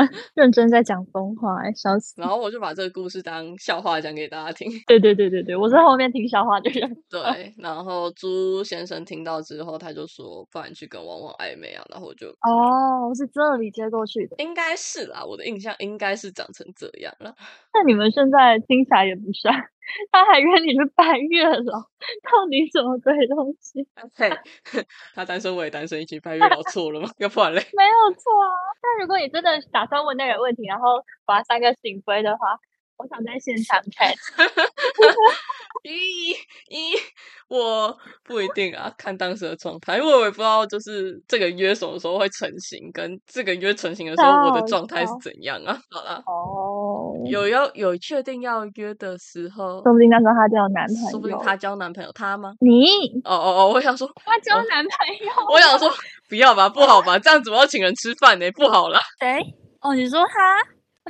Speaker 1: <laughs>
Speaker 2: 认真在讲疯话、欸，笑死！
Speaker 1: 然后我就把这个故事当笑话讲给大家听。
Speaker 2: 对对对对对，我是后面听笑话的人。
Speaker 1: 对，然后朱先生听到之后，他就说：“不然你去跟汪汪暧昧啊。”然后我就
Speaker 2: 哦，我是这里接过去的。
Speaker 1: 应该是啦，我的印象应该是长成这样了。
Speaker 2: 那你们现在听起来也不像， <laughs> 他还约你去拜月老，到底什么鬼东西？
Speaker 1: <laughs>
Speaker 2: <laughs>
Speaker 1: 嘿，他单身我也单身，一起拜月老错了吗？要不然嘞， <laughs>
Speaker 2: 没有错啊。但如果你真的打算问那个问题，然后把它三个醒杯的话，我想在现场看。
Speaker 1: 咦咦，我不一定啊，看当时的状态，因为我也不知道就是这个约什么时候会成型，跟这个约成型的时候我的
Speaker 2: 好
Speaker 1: 状态是
Speaker 2: 笑
Speaker 1: 怎样啊。 <laughs> 好啦，
Speaker 2: 哦，
Speaker 1: 有要有确定要约的时候，
Speaker 2: 说不定那时候他就有男朋友，
Speaker 1: 说不定她交男朋友，她吗？
Speaker 2: 你
Speaker 1: 哦哦哦，我想说，
Speaker 2: 他交
Speaker 1: 哦
Speaker 2: 男朋友，
Speaker 1: 我想
Speaker 2: <laughs>
Speaker 1: 说，不要吧，不好吧，这样子我要请人吃饭呢、不好啦。
Speaker 2: 谁？哦，你说他？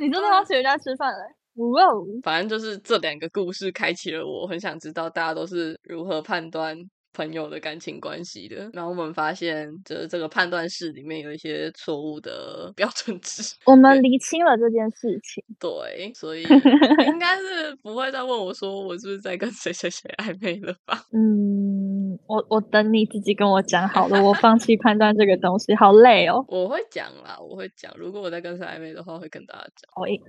Speaker 2: 你真的要请人家吃饭了？哇哦！
Speaker 1: 反正就是这两个故事开启了我，很想知道大家都是如何判断朋友的感情关系的。然后我们发现，就是这个判断式里面有一些错误的 <laughs> 标准值。
Speaker 2: 我们厘清了这件事情，
Speaker 1: 对，所以应该是不会再问我说我是不是在跟谁谁谁暧昧了吧？
Speaker 2: 嗯，我我等你自己跟我讲好了，我放弃判断这个东西，好累哦。
Speaker 1: 我会讲啦，我会讲。如果我在跟谁暧昧的话，会跟大家讲。
Speaker 2: 好硬，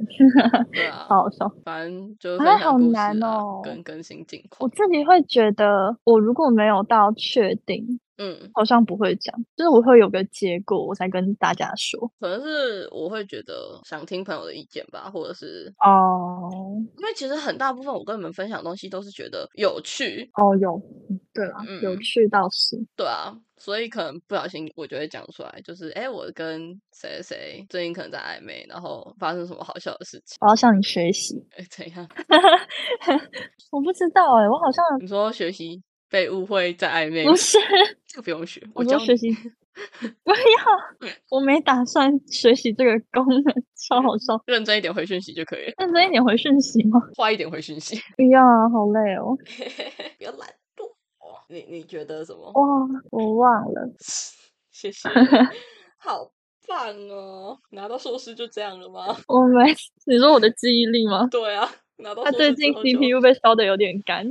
Speaker 1: 对啊，
Speaker 2: 好好笑。
Speaker 1: 反正就是
Speaker 2: 啊
Speaker 1: 分享
Speaker 2: 好
Speaker 1: 故事啊，
Speaker 2: 难哦
Speaker 1: 跟更新近
Speaker 2: 我
Speaker 1: 况。
Speaker 2: 自己会觉得，我如果没有到确定，
Speaker 1: 嗯，
Speaker 2: 好像不会讲，就是我会有个结果，我才跟大家说。
Speaker 1: 可能是我会觉得想听朋友的意见吧，或者是
Speaker 2: 哦
Speaker 1: 因为其实很大部分我跟你们分享的东西都是觉得有趣，
Speaker 2: 哦，有，嗯对了，有
Speaker 1: 嗯
Speaker 2: 趣倒是。
Speaker 1: 对啊，所以可能不小心我就会讲出来，就是哎、诶我跟谁谁谁最近可能在暧昧，然后发生什么好笑的事情， <laughs>
Speaker 2: 我要向你学习。
Speaker 1: 哎、怎样？
Speaker 2: 我不知道哎、我好像
Speaker 1: 你说学习被误会在暧昧吗
Speaker 2: 不，是，
Speaker 1: 这个不用学，
Speaker 2: 我
Speaker 1: 教
Speaker 2: 说
Speaker 1: 你
Speaker 2: 学习 <laughs> 不要，我没打算学习这个功能， <laughs> 超好笑。
Speaker 1: 认真一点回讯息就可以了，
Speaker 2: 认真一点回讯息吗？
Speaker 1: 快一点回讯息，
Speaker 2: 不要啊，好累哦。
Speaker 1: <laughs> 不要懒惰。哦你你觉得什么？
Speaker 2: 哇，我忘了。
Speaker 1: <laughs> 谢 <laughs> 谢，好棒哦！拿到硕士就这样了吗？ <laughs>
Speaker 2: 我没， <laughs> 你说我的记忆力吗？
Speaker 1: 对啊，拿到
Speaker 2: 他
Speaker 1: 硕士
Speaker 2: 最
Speaker 1: 之
Speaker 2: 近
Speaker 1: 后就
Speaker 2: CPU 被烧的有点干。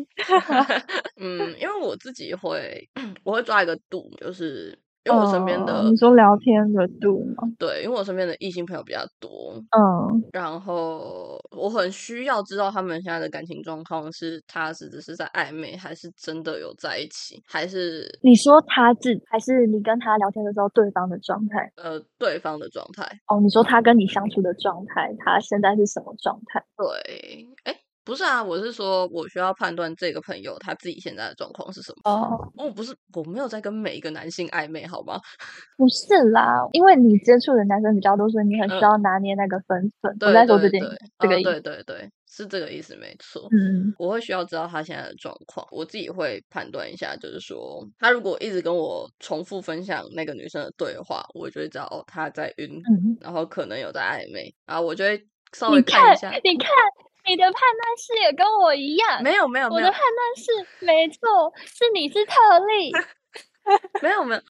Speaker 1: 嗯，因为我自己会，我会抓一个度，就是因为我身边的、
Speaker 2: 嗯你说聊天的度吗？
Speaker 1: 对，因为我身边的异性朋友比较多，
Speaker 2: 嗯，
Speaker 1: 然后我很需要知道他们现在的感情状况是他是只是在暧昧，还是真的有在一起，还是
Speaker 2: 你说他自还是你跟他聊天的时候对方的状态？
Speaker 1: 呃对方的状态。
Speaker 2: 哦，你说他跟你相处的状态，他现在是什么状态？
Speaker 1: 对，哎，不是啊，我是说我需要判断这个朋友他自己现在的状况是什么。
Speaker 2: 哦，
Speaker 1: 哦，不是，我没有在跟每一个男性暧昧，好吗？
Speaker 2: 不是啦，因为你接触的男生比较多，所以你很需
Speaker 1: 嗯
Speaker 2: 要拿捏那个分寸。
Speaker 1: 对
Speaker 2: 我在说
Speaker 1: 对
Speaker 2: 这
Speaker 1: 对
Speaker 2: 件，这
Speaker 1: 啊
Speaker 2: 个意
Speaker 1: 对
Speaker 2: 思。
Speaker 1: 对对，是这个意思，没错。
Speaker 2: 嗯，
Speaker 1: 我会需要知道他现在的状况，我自己会判断一下，就是说他如果一直跟我重复分享那个女生的对话，我就会知道哦他在晕，
Speaker 2: 嗯，
Speaker 1: 然后可能有在暧昧，然后我就会稍微
Speaker 2: 你
Speaker 1: 看
Speaker 2: 看
Speaker 1: 一下，，
Speaker 2: 你看，你的判断是也跟我一样。
Speaker 1: 没有没有
Speaker 2: 我
Speaker 1: 没
Speaker 2: 的
Speaker 1: 有
Speaker 2: 判断是没错，是你是特
Speaker 1: <laughs>
Speaker 2: 例。
Speaker 1: 没有没有，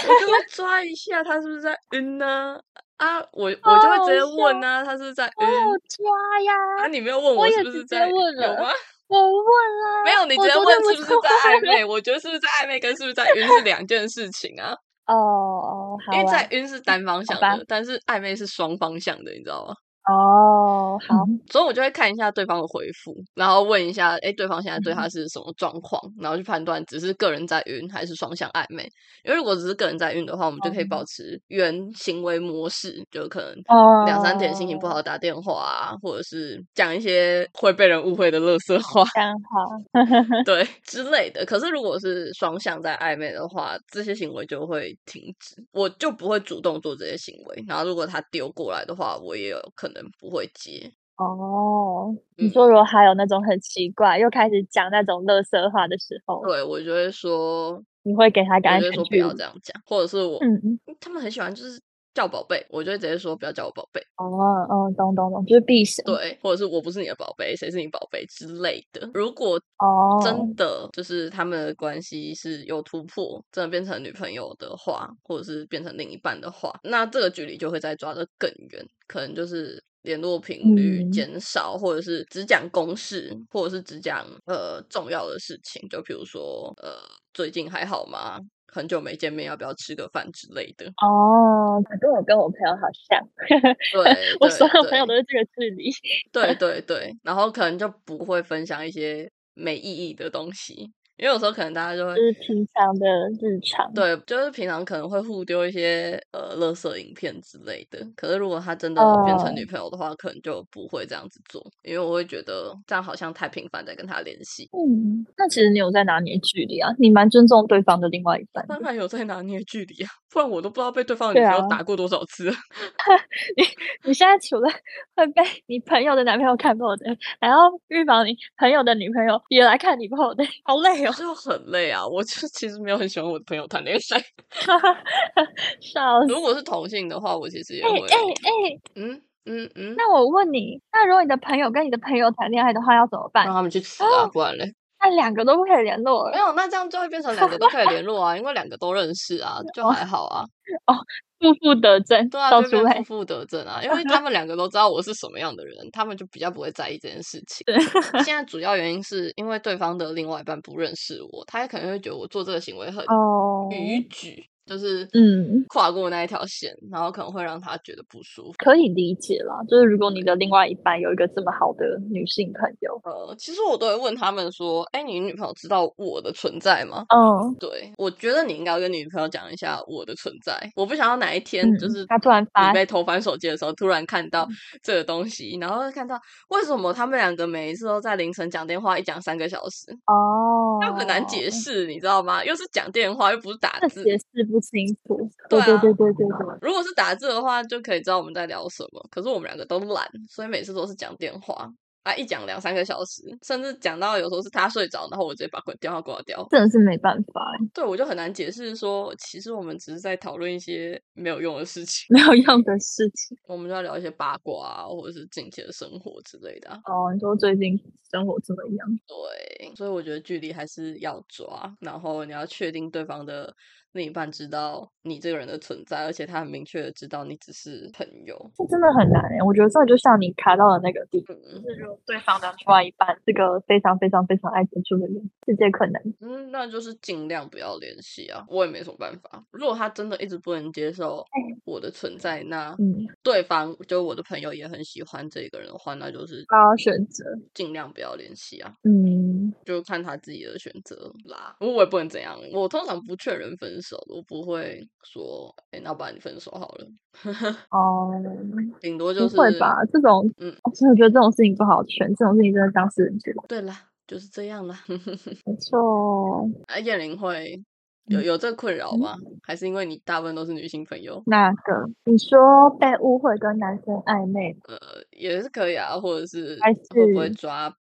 Speaker 1: 我就会抓一下他是不是在晕呢、啊？
Speaker 2: <laughs>
Speaker 1: 我我就会
Speaker 2: 好
Speaker 1: 直接
Speaker 2: 笑
Speaker 1: 问呢、他是不是在
Speaker 2: 我
Speaker 1: 晕？
Speaker 2: 有哦抓呀，
Speaker 1: 啊，你没有问
Speaker 2: 我
Speaker 1: 我
Speaker 2: 也
Speaker 1: 是不
Speaker 2: 直
Speaker 1: 是
Speaker 2: 接
Speaker 1: 在
Speaker 2: 问
Speaker 1: 有
Speaker 2: 了
Speaker 1: 吗？
Speaker 2: 我问啦。
Speaker 1: 没有，你直
Speaker 2: 我
Speaker 1: 接
Speaker 2: 昨
Speaker 1: 问
Speaker 2: 天我
Speaker 1: 是不是
Speaker 2: 就
Speaker 1: 在暧昧？我觉得是不是在暧昧跟是不是在晕是两件事情啊，
Speaker 2: 哦哦，好
Speaker 1: 因为
Speaker 2: 啦
Speaker 1: 在，晕是单方向
Speaker 2: 吧
Speaker 1: 的，但是暧昧是双方向的，你知道吗？
Speaker 2: 哦，
Speaker 1: 嗯
Speaker 2: 好，
Speaker 1: 所以我就会看一下对方的回复，然后问一下，哎，对方现在对
Speaker 2: 嗯
Speaker 1: 他是什么状况，然后去判断只是个人在晕还是双向暧昧。因为如果只是个人在晕的话，我们就可以
Speaker 2: 哦
Speaker 1: 保持原行为模式，就可能
Speaker 2: 哦，
Speaker 1: 两三点心情不好打电话啊，或者是讲一些会被人误会的垃圾话，
Speaker 2: 这样好，
Speaker 1: <laughs> 对之类的。可是如果是双向在暧昧的话，这些行为就会停止，我就不会主动做这些行为。然后如果他丢过来的话，我也有可能不会接。
Speaker 2: 哦，你
Speaker 1: 嗯
Speaker 2: 说如果还有那种很奇怪，又开始讲那种垃圾话的时候，
Speaker 1: 对我就会说，
Speaker 2: 你会给他一个
Speaker 1: 我
Speaker 2: 安
Speaker 1: 就会
Speaker 2: 全
Speaker 1: 说不
Speaker 2: 距
Speaker 1: 要
Speaker 2: 离
Speaker 1: 这。样讲，或者是我、
Speaker 2: 嗯，
Speaker 1: 他们很喜欢就是叫我宝贝，我就会直接说不要叫我宝贝，
Speaker 2: 哦，哦，懂懂懂，就是避嫌。
Speaker 1: 对，或者是我不是你的宝贝，谁是你宝贝之类的。如果
Speaker 2: 哦
Speaker 1: 真，的就是他们的关系是有突破，真的变成女朋友的话，或者是变成另一半的话，那这个距离就会再抓得更远，可能就是联络频率
Speaker 2: 嗯
Speaker 1: 减少，或者是只讲公事，或者是只讲呃重要的事情，就比如说呃最近还好吗？很久没见面，要不要吃个饭之类
Speaker 2: <laughs>
Speaker 1: 的。
Speaker 2: 哦，可跟我跟我朋友好像，
Speaker 1: 对，
Speaker 2: 我
Speaker 1: 对
Speaker 2: 所有朋友
Speaker 1: 对
Speaker 2: 都是这个距离。
Speaker 1: 对对对，然后可能就不会分享一些没意义的东西，因为有时候可能大家就会
Speaker 2: 就是平常的日常。，
Speaker 1: 对，就是平常可能会互丢一些呃垃圾影片之类的。可是如果他真的变成女朋友的话，可能就不会这样子做，因为我会觉得这样好像太频繁在跟他联系。
Speaker 2: 嗯，那其实你有在拿捏距离啊，你蛮尊重对方的另外一半的。
Speaker 1: <laughs> 当然有在拿捏距离啊，不然我都不知道被对方的女
Speaker 2: 对
Speaker 1: 朋友
Speaker 2: 啊
Speaker 1: 打过多少次了。
Speaker 2: 你现在除了 <laughs> 会被你朋友的男朋友看破的，还要预防你朋友的女朋友也来看你破的，好累哦，
Speaker 1: 就很累啊！我就 <laughs> 其实没有很喜欢我的朋友谈恋爱。
Speaker 2: 笑死！
Speaker 1: 如果是同性的话，我其实也
Speaker 2: 哎
Speaker 1: 会，
Speaker 2: 哎哎，
Speaker 1: 嗯嗯嗯，
Speaker 2: 那我问你，那如果你的朋友跟你的朋友谈恋爱的话，要怎么办
Speaker 1: 让？他们去死啊，不然嘞。
Speaker 2: 那两个都不可以联络
Speaker 1: 没
Speaker 2: 了，
Speaker 1: 有，那这样就会变成两个都可以联络啊，因为两个都认识 <laughs> 啊，就还好啊。
Speaker 2: <laughs> 负负得正，
Speaker 1: 对啊，
Speaker 2: 笑
Speaker 1: 就
Speaker 2: 出
Speaker 1: 变
Speaker 2: 来
Speaker 1: 负。负得正啊，因为他们两个都知道我是什么样的人，他们就比较不会在意这件事情。
Speaker 2: 对， <laughs>
Speaker 1: 现在主要原因是因为对方的另外一半不认识我，他也可能会觉得我做这个行为很
Speaker 2: 哦，
Speaker 1: 逾矩，就是
Speaker 2: 嗯，
Speaker 1: 跨过那一条线，然后可能会让他觉得不舒服。
Speaker 2: 可以理解啦，就是如果你的另外一半有一个这么好的女性朋友，
Speaker 1: 呃，其实我都会问他们说：“哎，你女朋友知道我的存在吗？”
Speaker 2: 嗯。
Speaker 1: 对，我觉得你应该要跟你女朋友讲一下我的存在。我不想要哪一天
Speaker 2: 嗯
Speaker 1: 就是
Speaker 2: 她突然
Speaker 1: 你
Speaker 2: 发嗯
Speaker 1: 被偷翻手机的时候，突然看到这个东西，然后看到为什么他们两个每一次都在凌晨讲电话，一讲三个小时，
Speaker 2: 哦，
Speaker 1: 那很难解释，你知道吗？又是讲电话，又不是打
Speaker 2: 这
Speaker 1: 字。
Speaker 2: 解释不清楚。
Speaker 1: 对
Speaker 2: 对
Speaker 1: 啊
Speaker 2: 对对对对，
Speaker 1: 如果是打字的话，就可以知道我们在聊什么。可是我们两个都懒，所以每次都是讲电话。啊，一讲两三个小时，甚至讲到有时候是他睡着，然后我直接把电话挂掉。
Speaker 2: 真的是没办法欸，
Speaker 1: 对，我就很难解释说，其实我们只是在讨论一些没有用的事情，
Speaker 2: 没有用的事情。
Speaker 1: 我们就要聊一些八卦啊，或者是近期的生活之类的啊、
Speaker 2: 哦，你说最近生活怎么样？
Speaker 1: 对，所以我觉得距离还是要抓，然后你要确定对方的另一半知道你这个人的存在，而且他很明确的知道你只是朋友。
Speaker 2: 这真的很难欸诶，我觉得这就像你卡到的那个地方，
Speaker 1: 嗯
Speaker 2: 就是如果对方的另外一半是个非常非常非常爱接触的人，世界可能
Speaker 1: 嗯，那就是尽量不要联系啊，我也没什么办法。如果他真的一直不能接受我的存在，那
Speaker 2: 嗯
Speaker 1: 对方就我的朋友也很喜欢这个人的话，那就是
Speaker 2: 高选择，
Speaker 1: 尽量不要联系啊。
Speaker 2: 嗯，
Speaker 1: 就看他自己的选择啦。我也不能怎样，我通常不劝人分手，我不会说，哎、那不然你分手好了，
Speaker 2: 哦，
Speaker 1: 顶多就
Speaker 2: 不
Speaker 1: 是
Speaker 2: 会吧？这种，
Speaker 1: 嗯
Speaker 2: 哦所以我觉得这种事情不好劝，这种事情真的当事人决定，
Speaker 1: 对啦，就是这样啦。 <laughs>
Speaker 2: 没错哦。
Speaker 1: 啊，燕玲会有
Speaker 2: 嗯
Speaker 1: 有这困扰
Speaker 2: 嗯
Speaker 1: 吗？还是因为你大部分都是女性朋友？
Speaker 2: 那个，你说被误会跟男生暧昧
Speaker 1: 呃，也是可以啊，或者是
Speaker 2: 还
Speaker 1: 会不会
Speaker 2: 是
Speaker 1: 抓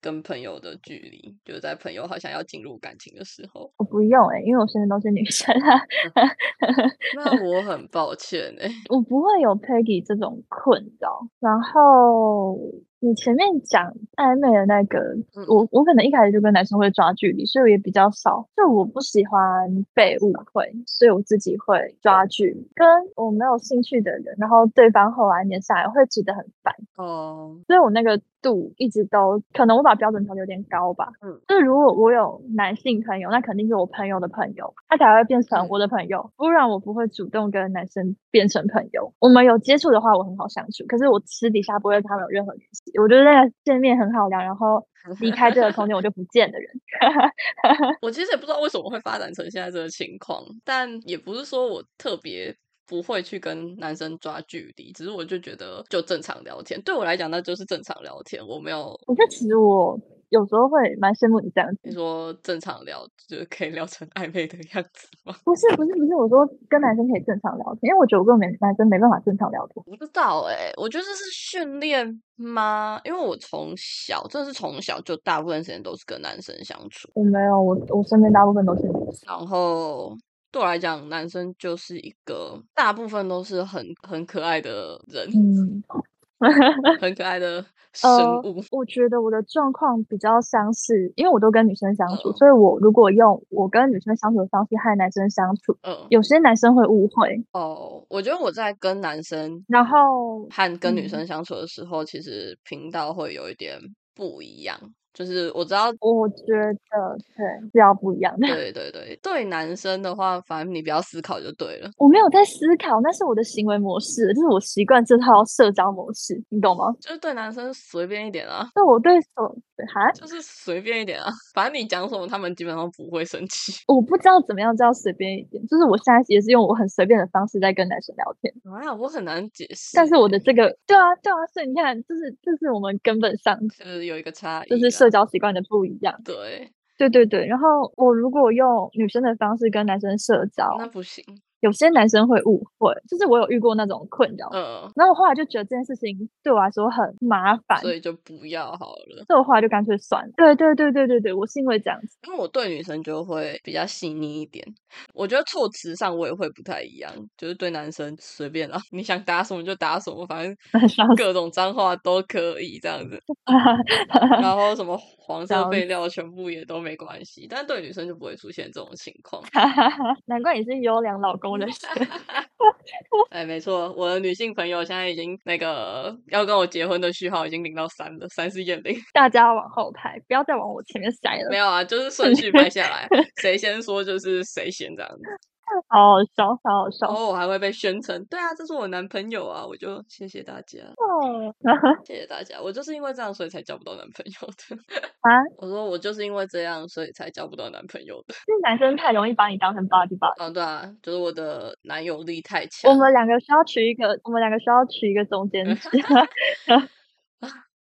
Speaker 1: 跟朋友的距离？就是在朋友好像要进入感情的时
Speaker 2: <laughs>
Speaker 1: 候，
Speaker 2: 我不用哎、因为我身边都是女生啊，
Speaker 1: 那我很抱歉哎、
Speaker 2: 我不会有 Peggy 这种困扰。然后你前面讲暧昧的那个，
Speaker 1: 嗯
Speaker 2: 我我可能一开始就跟男生会抓距离，所以我也比较少。就我不喜欢被误会，所以我自己会抓距离。跟我没有兴趣的人，然后对方后来黏下来，我会觉得很烦。
Speaker 1: 哦，
Speaker 2: <laughs> 所以我那个度一直都，可能我把标准调的有点高吧。
Speaker 1: 嗯，
Speaker 2: 就是如果我有男性朋友，那肯定是我朋友的朋友，他才会变成
Speaker 1: 嗯
Speaker 2: 我的朋友，不然我不会主动跟男生变成朋友。我们有接触的话，我很好相处，可是我私底下不会跟他们有任何联系。我觉得那个见面很好聊，然后离开这个空间我就不见的人。 <laughs>
Speaker 1: 我其实也不知道为什么会发展成现在这个情况，但也不是说我特别不会去跟男生抓距离，只是我就觉得就正常聊天，对我来讲那就是正常聊天，我没有
Speaker 2: 我觉得其实我有时候会蛮羡慕你这样
Speaker 1: 你
Speaker 2: 子，
Speaker 1: 说正常聊就是可以聊成暧昧的样子吗？ <laughs>
Speaker 2: 不是不是不是，我说跟男生可以正常聊天，因为我觉得我跟没男生没办法正常聊天。
Speaker 1: 我不知道哎、我觉得这是训练吗？因为我从小真的是从小就大部分时间都是跟男生相处，
Speaker 2: 我没有，我我身边大部分都是女生。
Speaker 1: 然后对我来讲，男生就是一个大部分都是很很可爱的人，
Speaker 2: 嗯，
Speaker 1: 很可爱 <laughs> 的生
Speaker 2: 呃
Speaker 1: 物。
Speaker 2: 我觉得我的状况比较相似，因为我都跟女生相处，
Speaker 1: 嗯
Speaker 2: 所以我如果用我跟女生相处的方式和男生相处，
Speaker 1: 嗯，
Speaker 2: 有些男生会误会，
Speaker 1: 哦，我觉得我在跟男生
Speaker 2: 然后
Speaker 1: 和跟女
Speaker 2: 嗯
Speaker 1: 生相处的时候，其实频道会有一点不一样。就是我知道，
Speaker 2: 我觉得对比较不一样的。 <laughs>
Speaker 1: 对对对，对男生的话，反正你不要思考就对了。
Speaker 2: 我没有在思考，那是我的行为模式，就是我习惯这套社交模式，你懂吗？
Speaker 1: 就是对男生随便一点啊，
Speaker 2: 那我对手哈，
Speaker 1: 就是随便一点啊，反正你讲什么，他们基本上不会生气 <laughs>
Speaker 2: 我不知道怎么样叫随便一点，就是我现在也是用我很随便的方式在跟男生聊天，
Speaker 1: 啊。我很难解释欸，
Speaker 2: 但是我的这个对啊对啊，所以你看，这是这是我们根本上
Speaker 1: 就是有一个差异啦，
Speaker 2: 就是社交习惯的不一样。
Speaker 1: 对，
Speaker 2: 对对对，然后我如果用女生的方式跟男生社交，
Speaker 1: 那不行，
Speaker 2: 有些男生会误会，就是我有遇过那种困扰，
Speaker 1: 嗯，
Speaker 2: 然后我后来就觉得这件事情对我来说很麻烦，
Speaker 1: 所以就不要好了。
Speaker 2: 所以我后来就干脆算了。对对对对对对，我是因为这样子， <laughs>
Speaker 1: 因为我对女生就会比较细腻一点，我觉得措辞上我也会不太一样，就是对男生随便啦，你想打什么就打什么，反正
Speaker 2: 笑
Speaker 1: <laughs> 各种脏话都可以这样子，然后什么黄色
Speaker 2: 笑
Speaker 1: 备料全部也都没关系，但对女生就不会出现这种情况。
Speaker 2: 难怪你是优良老
Speaker 1: <laughs>
Speaker 2: 公人士。
Speaker 1: 哎，没错，我的女性朋友现在已经那个要跟我结婚的序号已经零到三了，三是验零。
Speaker 2: 大家往后排，不要再往我前面塞了
Speaker 1: 没，有啊，就是顺序排下来，谁先说就是谁先这样子。
Speaker 2: 好好笑，好好笑。
Speaker 1: 然后我还会被宣称，对啊，这是我男朋友啊，我就谢谢大家，
Speaker 2: 哦 <laughs>
Speaker 1: 谢谢大家，我就是因为这样所以才交不到男朋友的。 <laughs>
Speaker 2: 啊，
Speaker 1: 我说我就是因为这样所以才交不到男朋友的。
Speaker 2: 这男生太容易把你当成
Speaker 1: <laughs>
Speaker 2: body body。
Speaker 1: 啊，对啊，就是我的男友力太强
Speaker 2: 我，们两个需要取一个，我们两个需要取一个中间
Speaker 1: <laughs>
Speaker 2: 值。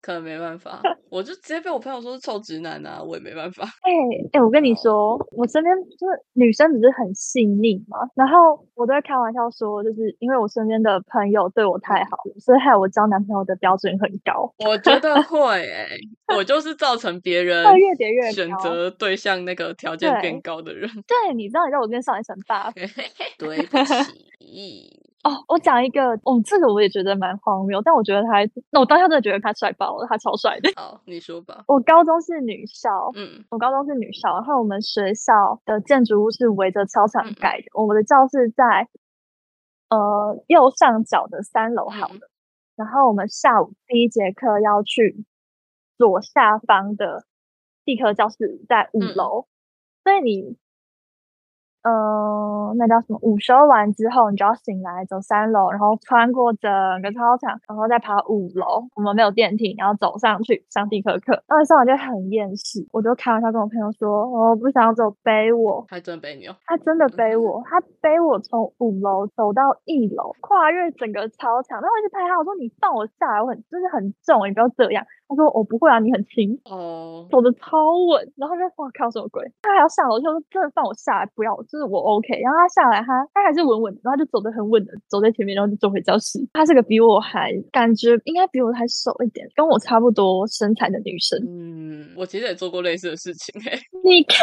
Speaker 1: 可能没办
Speaker 2: <laughs>
Speaker 1: 法，我就直接被我朋友说是臭直男啊，我也没办法。
Speaker 2: 哎、哎、我跟你说，我身边就是女生不是很细腻嘛，然后我都会开玩笑说，就是因为我身边的朋友对我太好了，所以害我交男朋友的标准很高，
Speaker 1: 我觉得会、
Speaker 2: <laughs>
Speaker 1: 欸，我就是造成别人
Speaker 2: 会 <laughs> 越叠越高。
Speaker 1: 嗯选择对象那个条件变
Speaker 2: 对
Speaker 1: 高的
Speaker 2: <laughs>
Speaker 1: 人。
Speaker 2: 对，你知道你在我这边上一层 buff
Speaker 1: 对不起，
Speaker 2: 哦。我讲一个，哦，这个我也觉得蛮荒谬，但我觉得他还，那我当下真的觉得他帅爆了，他超帅的。 <laughs>
Speaker 1: 好，你说吧。
Speaker 2: 我高中是女校，
Speaker 1: 嗯，
Speaker 2: 我高中是女校，然后我们学校的建筑物是围着操
Speaker 1: 嗯
Speaker 2: 场
Speaker 1: 嗯
Speaker 2: 盖的。我们的教室在呃右上角的三楼好了。
Speaker 1: 嗯
Speaker 2: 然后我们下午第一节课要去左下方的地科教室，在五
Speaker 1: 嗯
Speaker 2: 楼。所以你呃，那叫什么？午休完之后，你就要醒来，走三楼，然后穿过整个操场，然后再爬五楼。我们没有电梯，然后走上去上地科课。那上完就很厌世，我就开玩笑跟我朋友说：“哦，不想走，背我。
Speaker 1: 还真被牛。”
Speaker 2: 他真的背
Speaker 1: 嗯哼
Speaker 2: 我，他背我从五楼走到一楼，跨越整个操场。然后我就拍他，我说：“你放我下来，我很就是很重，你不要这样。”他说：“我不会啊，你很轻。”
Speaker 1: 哦，
Speaker 2: 走的超稳，然后就哇靠什么鬼？他还要上楼，就说真的放我下来，不要，就是我 OK。然后他下来，他他还是稳稳的，然后他就走得很稳的，走在前面，然后就走回教室。她是个比我还感觉应该比我还瘦一点，跟我差不多身材的女生。
Speaker 1: 嗯，我其实也做过类似的事情、欸，
Speaker 2: 你看，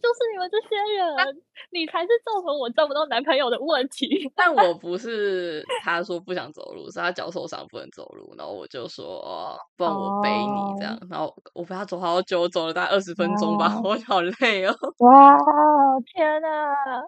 Speaker 2: 就是你们这些人，你才是造成我交不到男朋友的问题。 <laughs>
Speaker 1: 但我不是他说不想走路，是他脚受伤不能走路，然后我就说哦，不然我背你这样，然后我陪他走好久，走了大概二十分钟吧， <laughs>
Speaker 2: 哦
Speaker 1: 我好累哦，
Speaker 2: 哇，天呐，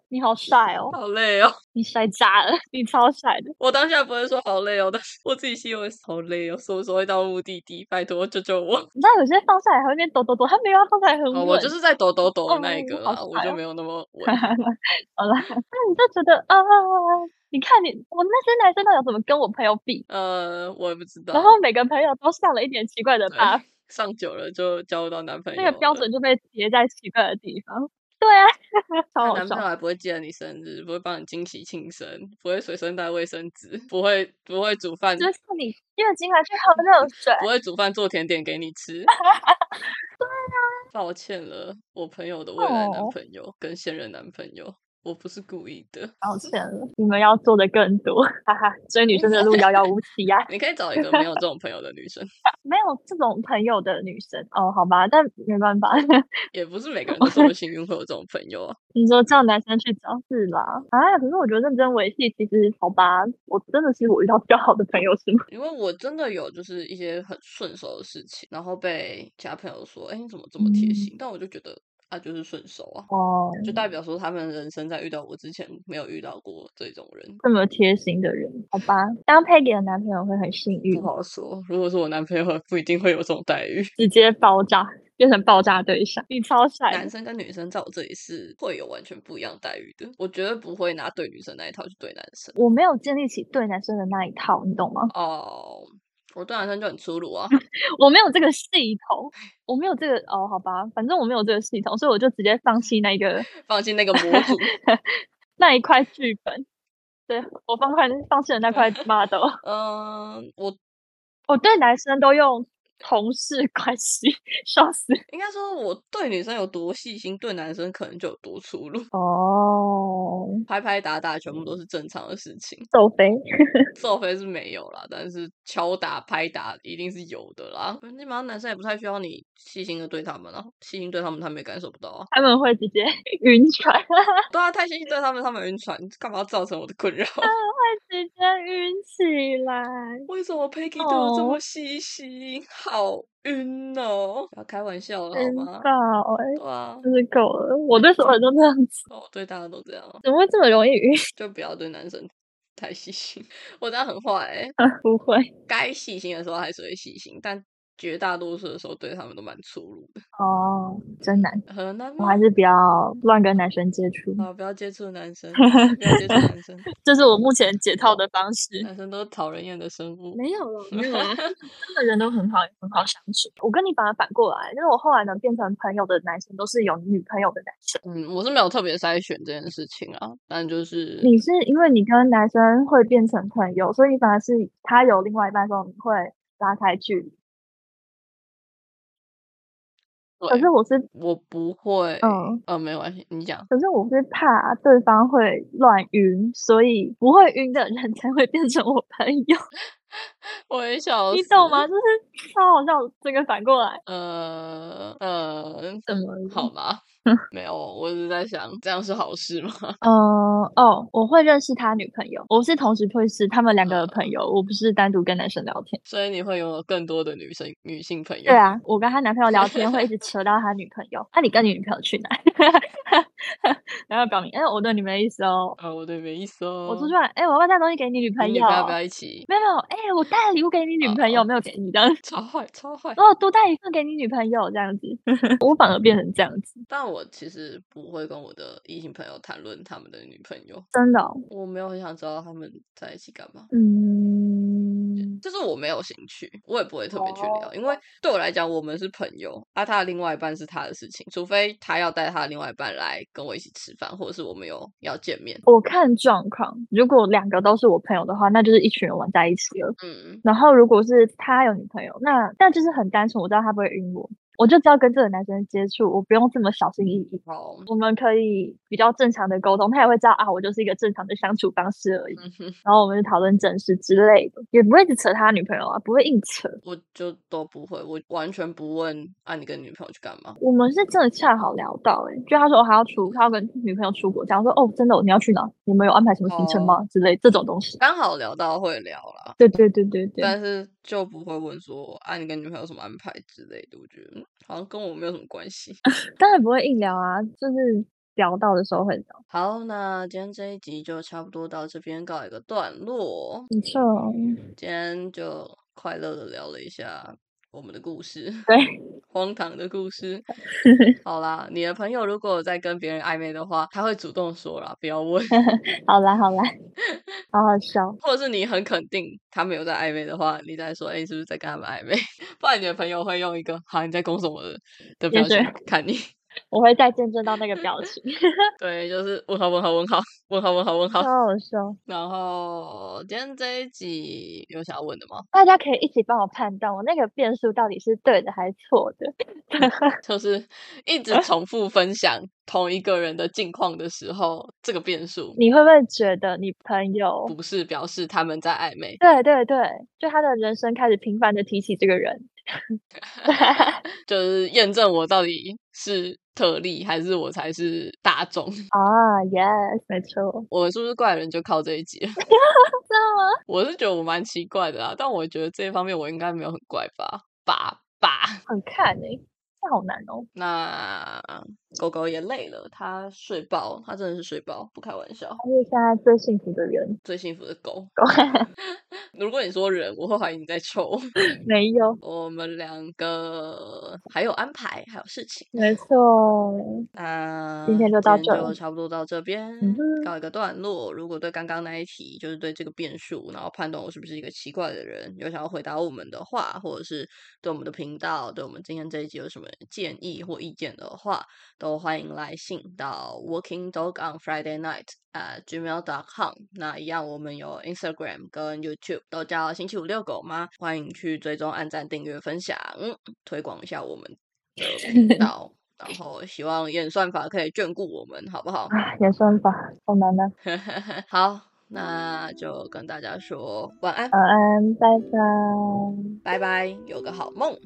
Speaker 2: 你好帅哦，
Speaker 1: 好累哦，
Speaker 2: 你帅炸了，你超帅的。
Speaker 1: 我当下不会说好累哦，但是我自己心里会好累哦，什么时候会到目的地？拜托救救
Speaker 2: <laughs>
Speaker 1: 我！
Speaker 2: 你知道有些放下来还会变抖抖抖，他没有要放下来很稳。
Speaker 1: 哦，我就是在抖抖抖的那一
Speaker 2: 哦
Speaker 1: 个
Speaker 2: 好
Speaker 1: 啦，我
Speaker 2: 帅
Speaker 1: 就
Speaker 2: 哦
Speaker 1: 没有那
Speaker 2: <laughs>
Speaker 1: 么稳。
Speaker 2: 好啦， <laughs> 那你就觉得啊，你看你我那些男生到底怎么跟我朋友比？
Speaker 1: 呃，我也不知道。
Speaker 2: 然后每个朋友都上了一点奇怪的
Speaker 1: 对
Speaker 2: 吧，
Speaker 1: 上久了就交不到男朋友
Speaker 2: 那
Speaker 1: 了，
Speaker 2: 个标准就被叠在奇怪的地方。对啊， <laughs> 超
Speaker 1: 那
Speaker 2: 好
Speaker 1: 男朋友
Speaker 2: 笑。
Speaker 1: 还不会记得你生日，不会帮你惊喜庆生，不会随身带卫生纸，不会不会煮饭，
Speaker 2: 就是你月经来去喝热水，
Speaker 1: 不会煮饭做甜点给你吃。对啊，抱歉了，我朋友的未来男
Speaker 2: 哦
Speaker 1: 朋友、跟现任男朋友，我不是故意的。
Speaker 2: 抱歉了，你们要做的更多，哈哈，追女生的路遥遥无期呀、 <laughs>
Speaker 1: 你可以找一个没有这种朋友的女生，
Speaker 2: 没有这种朋友的女生哦，好吧，但没办法， <laughs>
Speaker 1: 也不是每个人都这么幸运会有这种朋友啊。
Speaker 2: 你说叫男生去找是啦，啊，可是我觉得认真维系，其实好吧，我真的是我遇到比较好的朋友是吗？
Speaker 1: 因为我真的有就是一些很顺手的事情，然后被其他朋友说：“哎，你怎么这么贴
Speaker 2: 嗯
Speaker 1: 心？”但我就觉得啊，就是顺手啊，
Speaker 2: 哦，
Speaker 1: 就代表说他们人生在遇到我之前没有遇到过这种人。
Speaker 2: 这么贴心的人，好吧？当 Peggy 的男朋友会很幸运
Speaker 1: 不，好说，如果是我男朋友，不一定会有这种待遇。
Speaker 2: 直接爆炸，变成爆炸对象，你超帅
Speaker 1: <laughs> 男
Speaker 2: 的。
Speaker 1: 生跟女生在我这里是会有完全不一样待遇的，我绝对不会拿对女生那一套去对男生。
Speaker 2: 我没有建立起对男生的那一套，你懂吗？ <laughs>
Speaker 1: 哦，我对男生就很粗 <laughs> 鲁啊，
Speaker 2: 我没有这个系统，我没有这个哦，好吧，反正我没有这个系统，所以我就直接放弃那个
Speaker 1: 放弃那个模组。
Speaker 2: 那一块剧本。对我放块放弃了那
Speaker 1: <laughs>
Speaker 2: 块 model，
Speaker 1: 嗯，我
Speaker 2: 我对男生都用同事关系，笑死。
Speaker 1: 应该说我对女生有多细心，对男生可能就有多粗鲁。 <laughs>
Speaker 2: 哦，
Speaker 1: 拍拍打打全部都是正常的事情，
Speaker 2: 走肥。
Speaker 1: 揍飞是没有啦，但是敲打拍打一定是有的啦。基本上男生也不太需要你细心的对他们啊，细心对他们他们也感受不到啊。
Speaker 2: <laughs> 他们会直接晕船，
Speaker 1: 对啊，太细心对他们他们晕船，干嘛造成我的困扰？ <laughs>
Speaker 2: 直接晕起来。
Speaker 1: 为什么 Peggy 对我这
Speaker 2: 哦
Speaker 1: 么细心？好晕哦！不要开玩笑了好
Speaker 2: 真
Speaker 1: 吗？
Speaker 2: 爆嗯哎、
Speaker 1: 对啊，
Speaker 2: 真是够了！我对所有人都这样子，
Speaker 1: 哦，对大家都这样，
Speaker 2: 怎么会这么容易晕？
Speaker 1: 就不要对男生太细心。我这样很坏、欸，
Speaker 2: 啊 <laughs> 不会
Speaker 1: 该细心的时候还是会细心，但绝大多数的时候对他们都蛮粗鲁的，
Speaker 2: 哦，真难。嗯
Speaker 1: 很难
Speaker 2: 我
Speaker 1: 吗
Speaker 2: 还？是不要乱跟男生接触，
Speaker 1: 啊，不要接触男
Speaker 2: <laughs>
Speaker 1: 生，不要接触男生，
Speaker 2: 这是我目前解套的方式。
Speaker 1: 男生都是讨人厌的生物。
Speaker 2: 没有 <laughs> 了，没有了，真的人都很好，很好相处。我跟你反而反过来，就是我后来呢变成朋友的男生都是有女朋友的男生。
Speaker 1: 嗯，我是没有特别筛选这件事情啊，但就是
Speaker 2: 你是因为你跟男生会变成朋友，所以你反而是他有另外一半的时候，你会拉开距离。可
Speaker 1: 对
Speaker 2: 是我是，
Speaker 1: 我不会，
Speaker 2: 嗯，
Speaker 1: 呃，没关系，你讲。
Speaker 2: 可是我是怕对方会乱晕，所以不会晕的人才会变成我朋友，
Speaker 1: 我也笑
Speaker 2: 你
Speaker 1: 死
Speaker 2: 懂吗？？就是超好笑，这个反过来
Speaker 1: 呃呃，
Speaker 2: 怎么了
Speaker 1: 好
Speaker 2: <laughs>
Speaker 1: 吧，没有，我只是在想，这样是好事吗？ <laughs>
Speaker 2: 嗯，哦，我会认识他女朋友，我是同时会是他们两
Speaker 1: 嗯
Speaker 2: 个的朋友，我不是单独跟男生聊天。
Speaker 1: 所以你会拥有更多的女生女性朋友。
Speaker 2: 对，啊，我跟他男朋
Speaker 1: <laughs>
Speaker 2: 友聊天会一直扯到他女朋友，那、你跟你女朋友去哪？ <laughs> 然后表明，哎、我对你没意思哦，
Speaker 1: 呃，我对没意思哦。
Speaker 2: 我出去玩，哎、我要不要带东西给你女朋
Speaker 1: 你女
Speaker 2: 友？哦
Speaker 1: 朋友要不要一起？
Speaker 2: 没有没有，哎、我带了礼物给你女朋友，
Speaker 1: 哦
Speaker 2: 没有给你这样子。
Speaker 1: 超坏，超坏。
Speaker 2: 我哦多带一份给你女朋友这样子， <laughs> 我反而变成这样子，
Speaker 1: 但我其实不会跟我的异性朋友谈论他们的女朋友，
Speaker 2: 真的哦、
Speaker 1: 我没有很想知道他们在一起干嘛。
Speaker 2: 嗯，
Speaker 1: 就是我没有兴趣，我也不会特别去聊，因为对我来讲，我们是朋友，啊，他的另外一半是他的事情，除非他要带他的另外一半来跟我一起吃饭，或者是我们有要见面。
Speaker 2: 我看状况，如果两个都是我朋友的话，那就是一群人玩在一起了。
Speaker 1: 嗯，
Speaker 2: 然后如果是他有女朋友，那但就是很单纯，我知道他不会晕我，我就知道跟这个男生接触，我不用这么小心翼翼，
Speaker 1: 好，
Speaker 2: 我们可以比较正常的沟通，他也会知道啊，我就是一个正常的相处方式而已。
Speaker 1: 嗯哼，
Speaker 2: 然后我们就讨论正事之类的，也不会一直扯他女朋友啊，不会硬扯。
Speaker 1: 我就都不会，我完全不问啊，你跟女朋友去干嘛？
Speaker 2: 我们是真的恰好聊到、欸，就他说他要出，他要跟女朋友出国，讲说哦，真的哦，你要去哪？你们有安排什么行程
Speaker 1: 哦
Speaker 2: 吗？之类这种东西。
Speaker 1: 刚好聊到会聊啦，
Speaker 2: 对对对对对，
Speaker 1: 但是就不会问说啊，你跟女朋友有什么安排之类的，我觉得嗯好像跟我没有什么关系。 <laughs>
Speaker 2: 当然不会硬聊啊，就是聊到的时候会聊。
Speaker 1: 好，那今天这一集就差不多到这边告一个段落。
Speaker 2: 没错，哦
Speaker 1: 今天就快乐的聊了一下我们的故事，
Speaker 2: 对，
Speaker 1: <laughs> 荒唐的故
Speaker 2: <laughs>
Speaker 1: 事。好啦，你的朋友如果有在跟别人暧昧的话，他会主动说啦，不要
Speaker 2: <laughs>
Speaker 1: 问；
Speaker 2: <laughs> 好啦好啦，好好笑。
Speaker 1: 或者是你很肯定他没有在暧昧的话，你再说，哎、你是不是在跟他们暧昧？ <laughs> 不然你的朋友会用一个“好，你在攻什么的”的
Speaker 2: 也
Speaker 1: 表情
Speaker 2: 对
Speaker 1: 看你。 <laughs>
Speaker 2: 我会再见证到那个表情，
Speaker 1: 对，就是问号问号问号问号问号问
Speaker 2: 超
Speaker 1: 号。
Speaker 2: <laughs> 好笑。
Speaker 1: 然后今天这一集有想要问的吗？
Speaker 2: 大家可以一起帮我判断我那个变数到底是对的还是错的。
Speaker 1: 就是一直
Speaker 2: 啊
Speaker 1: 重复分享同一个人的近况的时候，这个变数
Speaker 2: 你会不会觉得你朋友
Speaker 1: 不是表示他们在暧昧，
Speaker 2: 对对对，就他的人生开始频繁的提起这个人，
Speaker 1: 就是验证我到底是特例还是我才是大众。 <laughs>
Speaker 2: 啊，yes，没错，
Speaker 1: 我是不是怪人就靠这一集了？
Speaker 2: <laughs> 真的吗？
Speaker 1: 我是觉得我蛮奇怪的啦，但我觉得这一方面我应该没有很怪吧，吧吧。
Speaker 2: 很看诶、那好难哦。
Speaker 1: 那狗狗也累了，它睡爆，它真的是睡爆，不开玩笑。
Speaker 2: 他是现在最幸福的人，
Speaker 1: 最幸福的狗。
Speaker 2: 狗
Speaker 1: <laughs> 如果你说人，我会怀疑你在抽。
Speaker 2: 没有，
Speaker 1: 我们两个还有安排，还有事情。
Speaker 2: 没错，
Speaker 1: 那
Speaker 2: 今天就到这
Speaker 1: 就
Speaker 2: 里
Speaker 1: 差不多到这边
Speaker 2: 嗯哼
Speaker 1: 告一个段落。如果对刚刚那一题，就是对这个变数，然后判断我是不是一个奇怪的人，有想要回答我们的话，或者是对我们的频道、对我们今天这一集有什么建议或意见的话，都欢迎来信到 Working Dog on Friday Night at gmail.com。那一样，我们有 Instagram 跟 YouTube 都叫星期五遛狗吗？欢迎去追踪、按赞、订阅、分享，推广一下我们的频道。然后希望演算法可以眷顾我们，好不 <laughs> 好？
Speaker 2: 啊，也算吧，好难啊呢。
Speaker 1: 好，那就跟大家说晚安，
Speaker 2: 晚安，拜拜。
Speaker 1: 拜拜，有个好梦。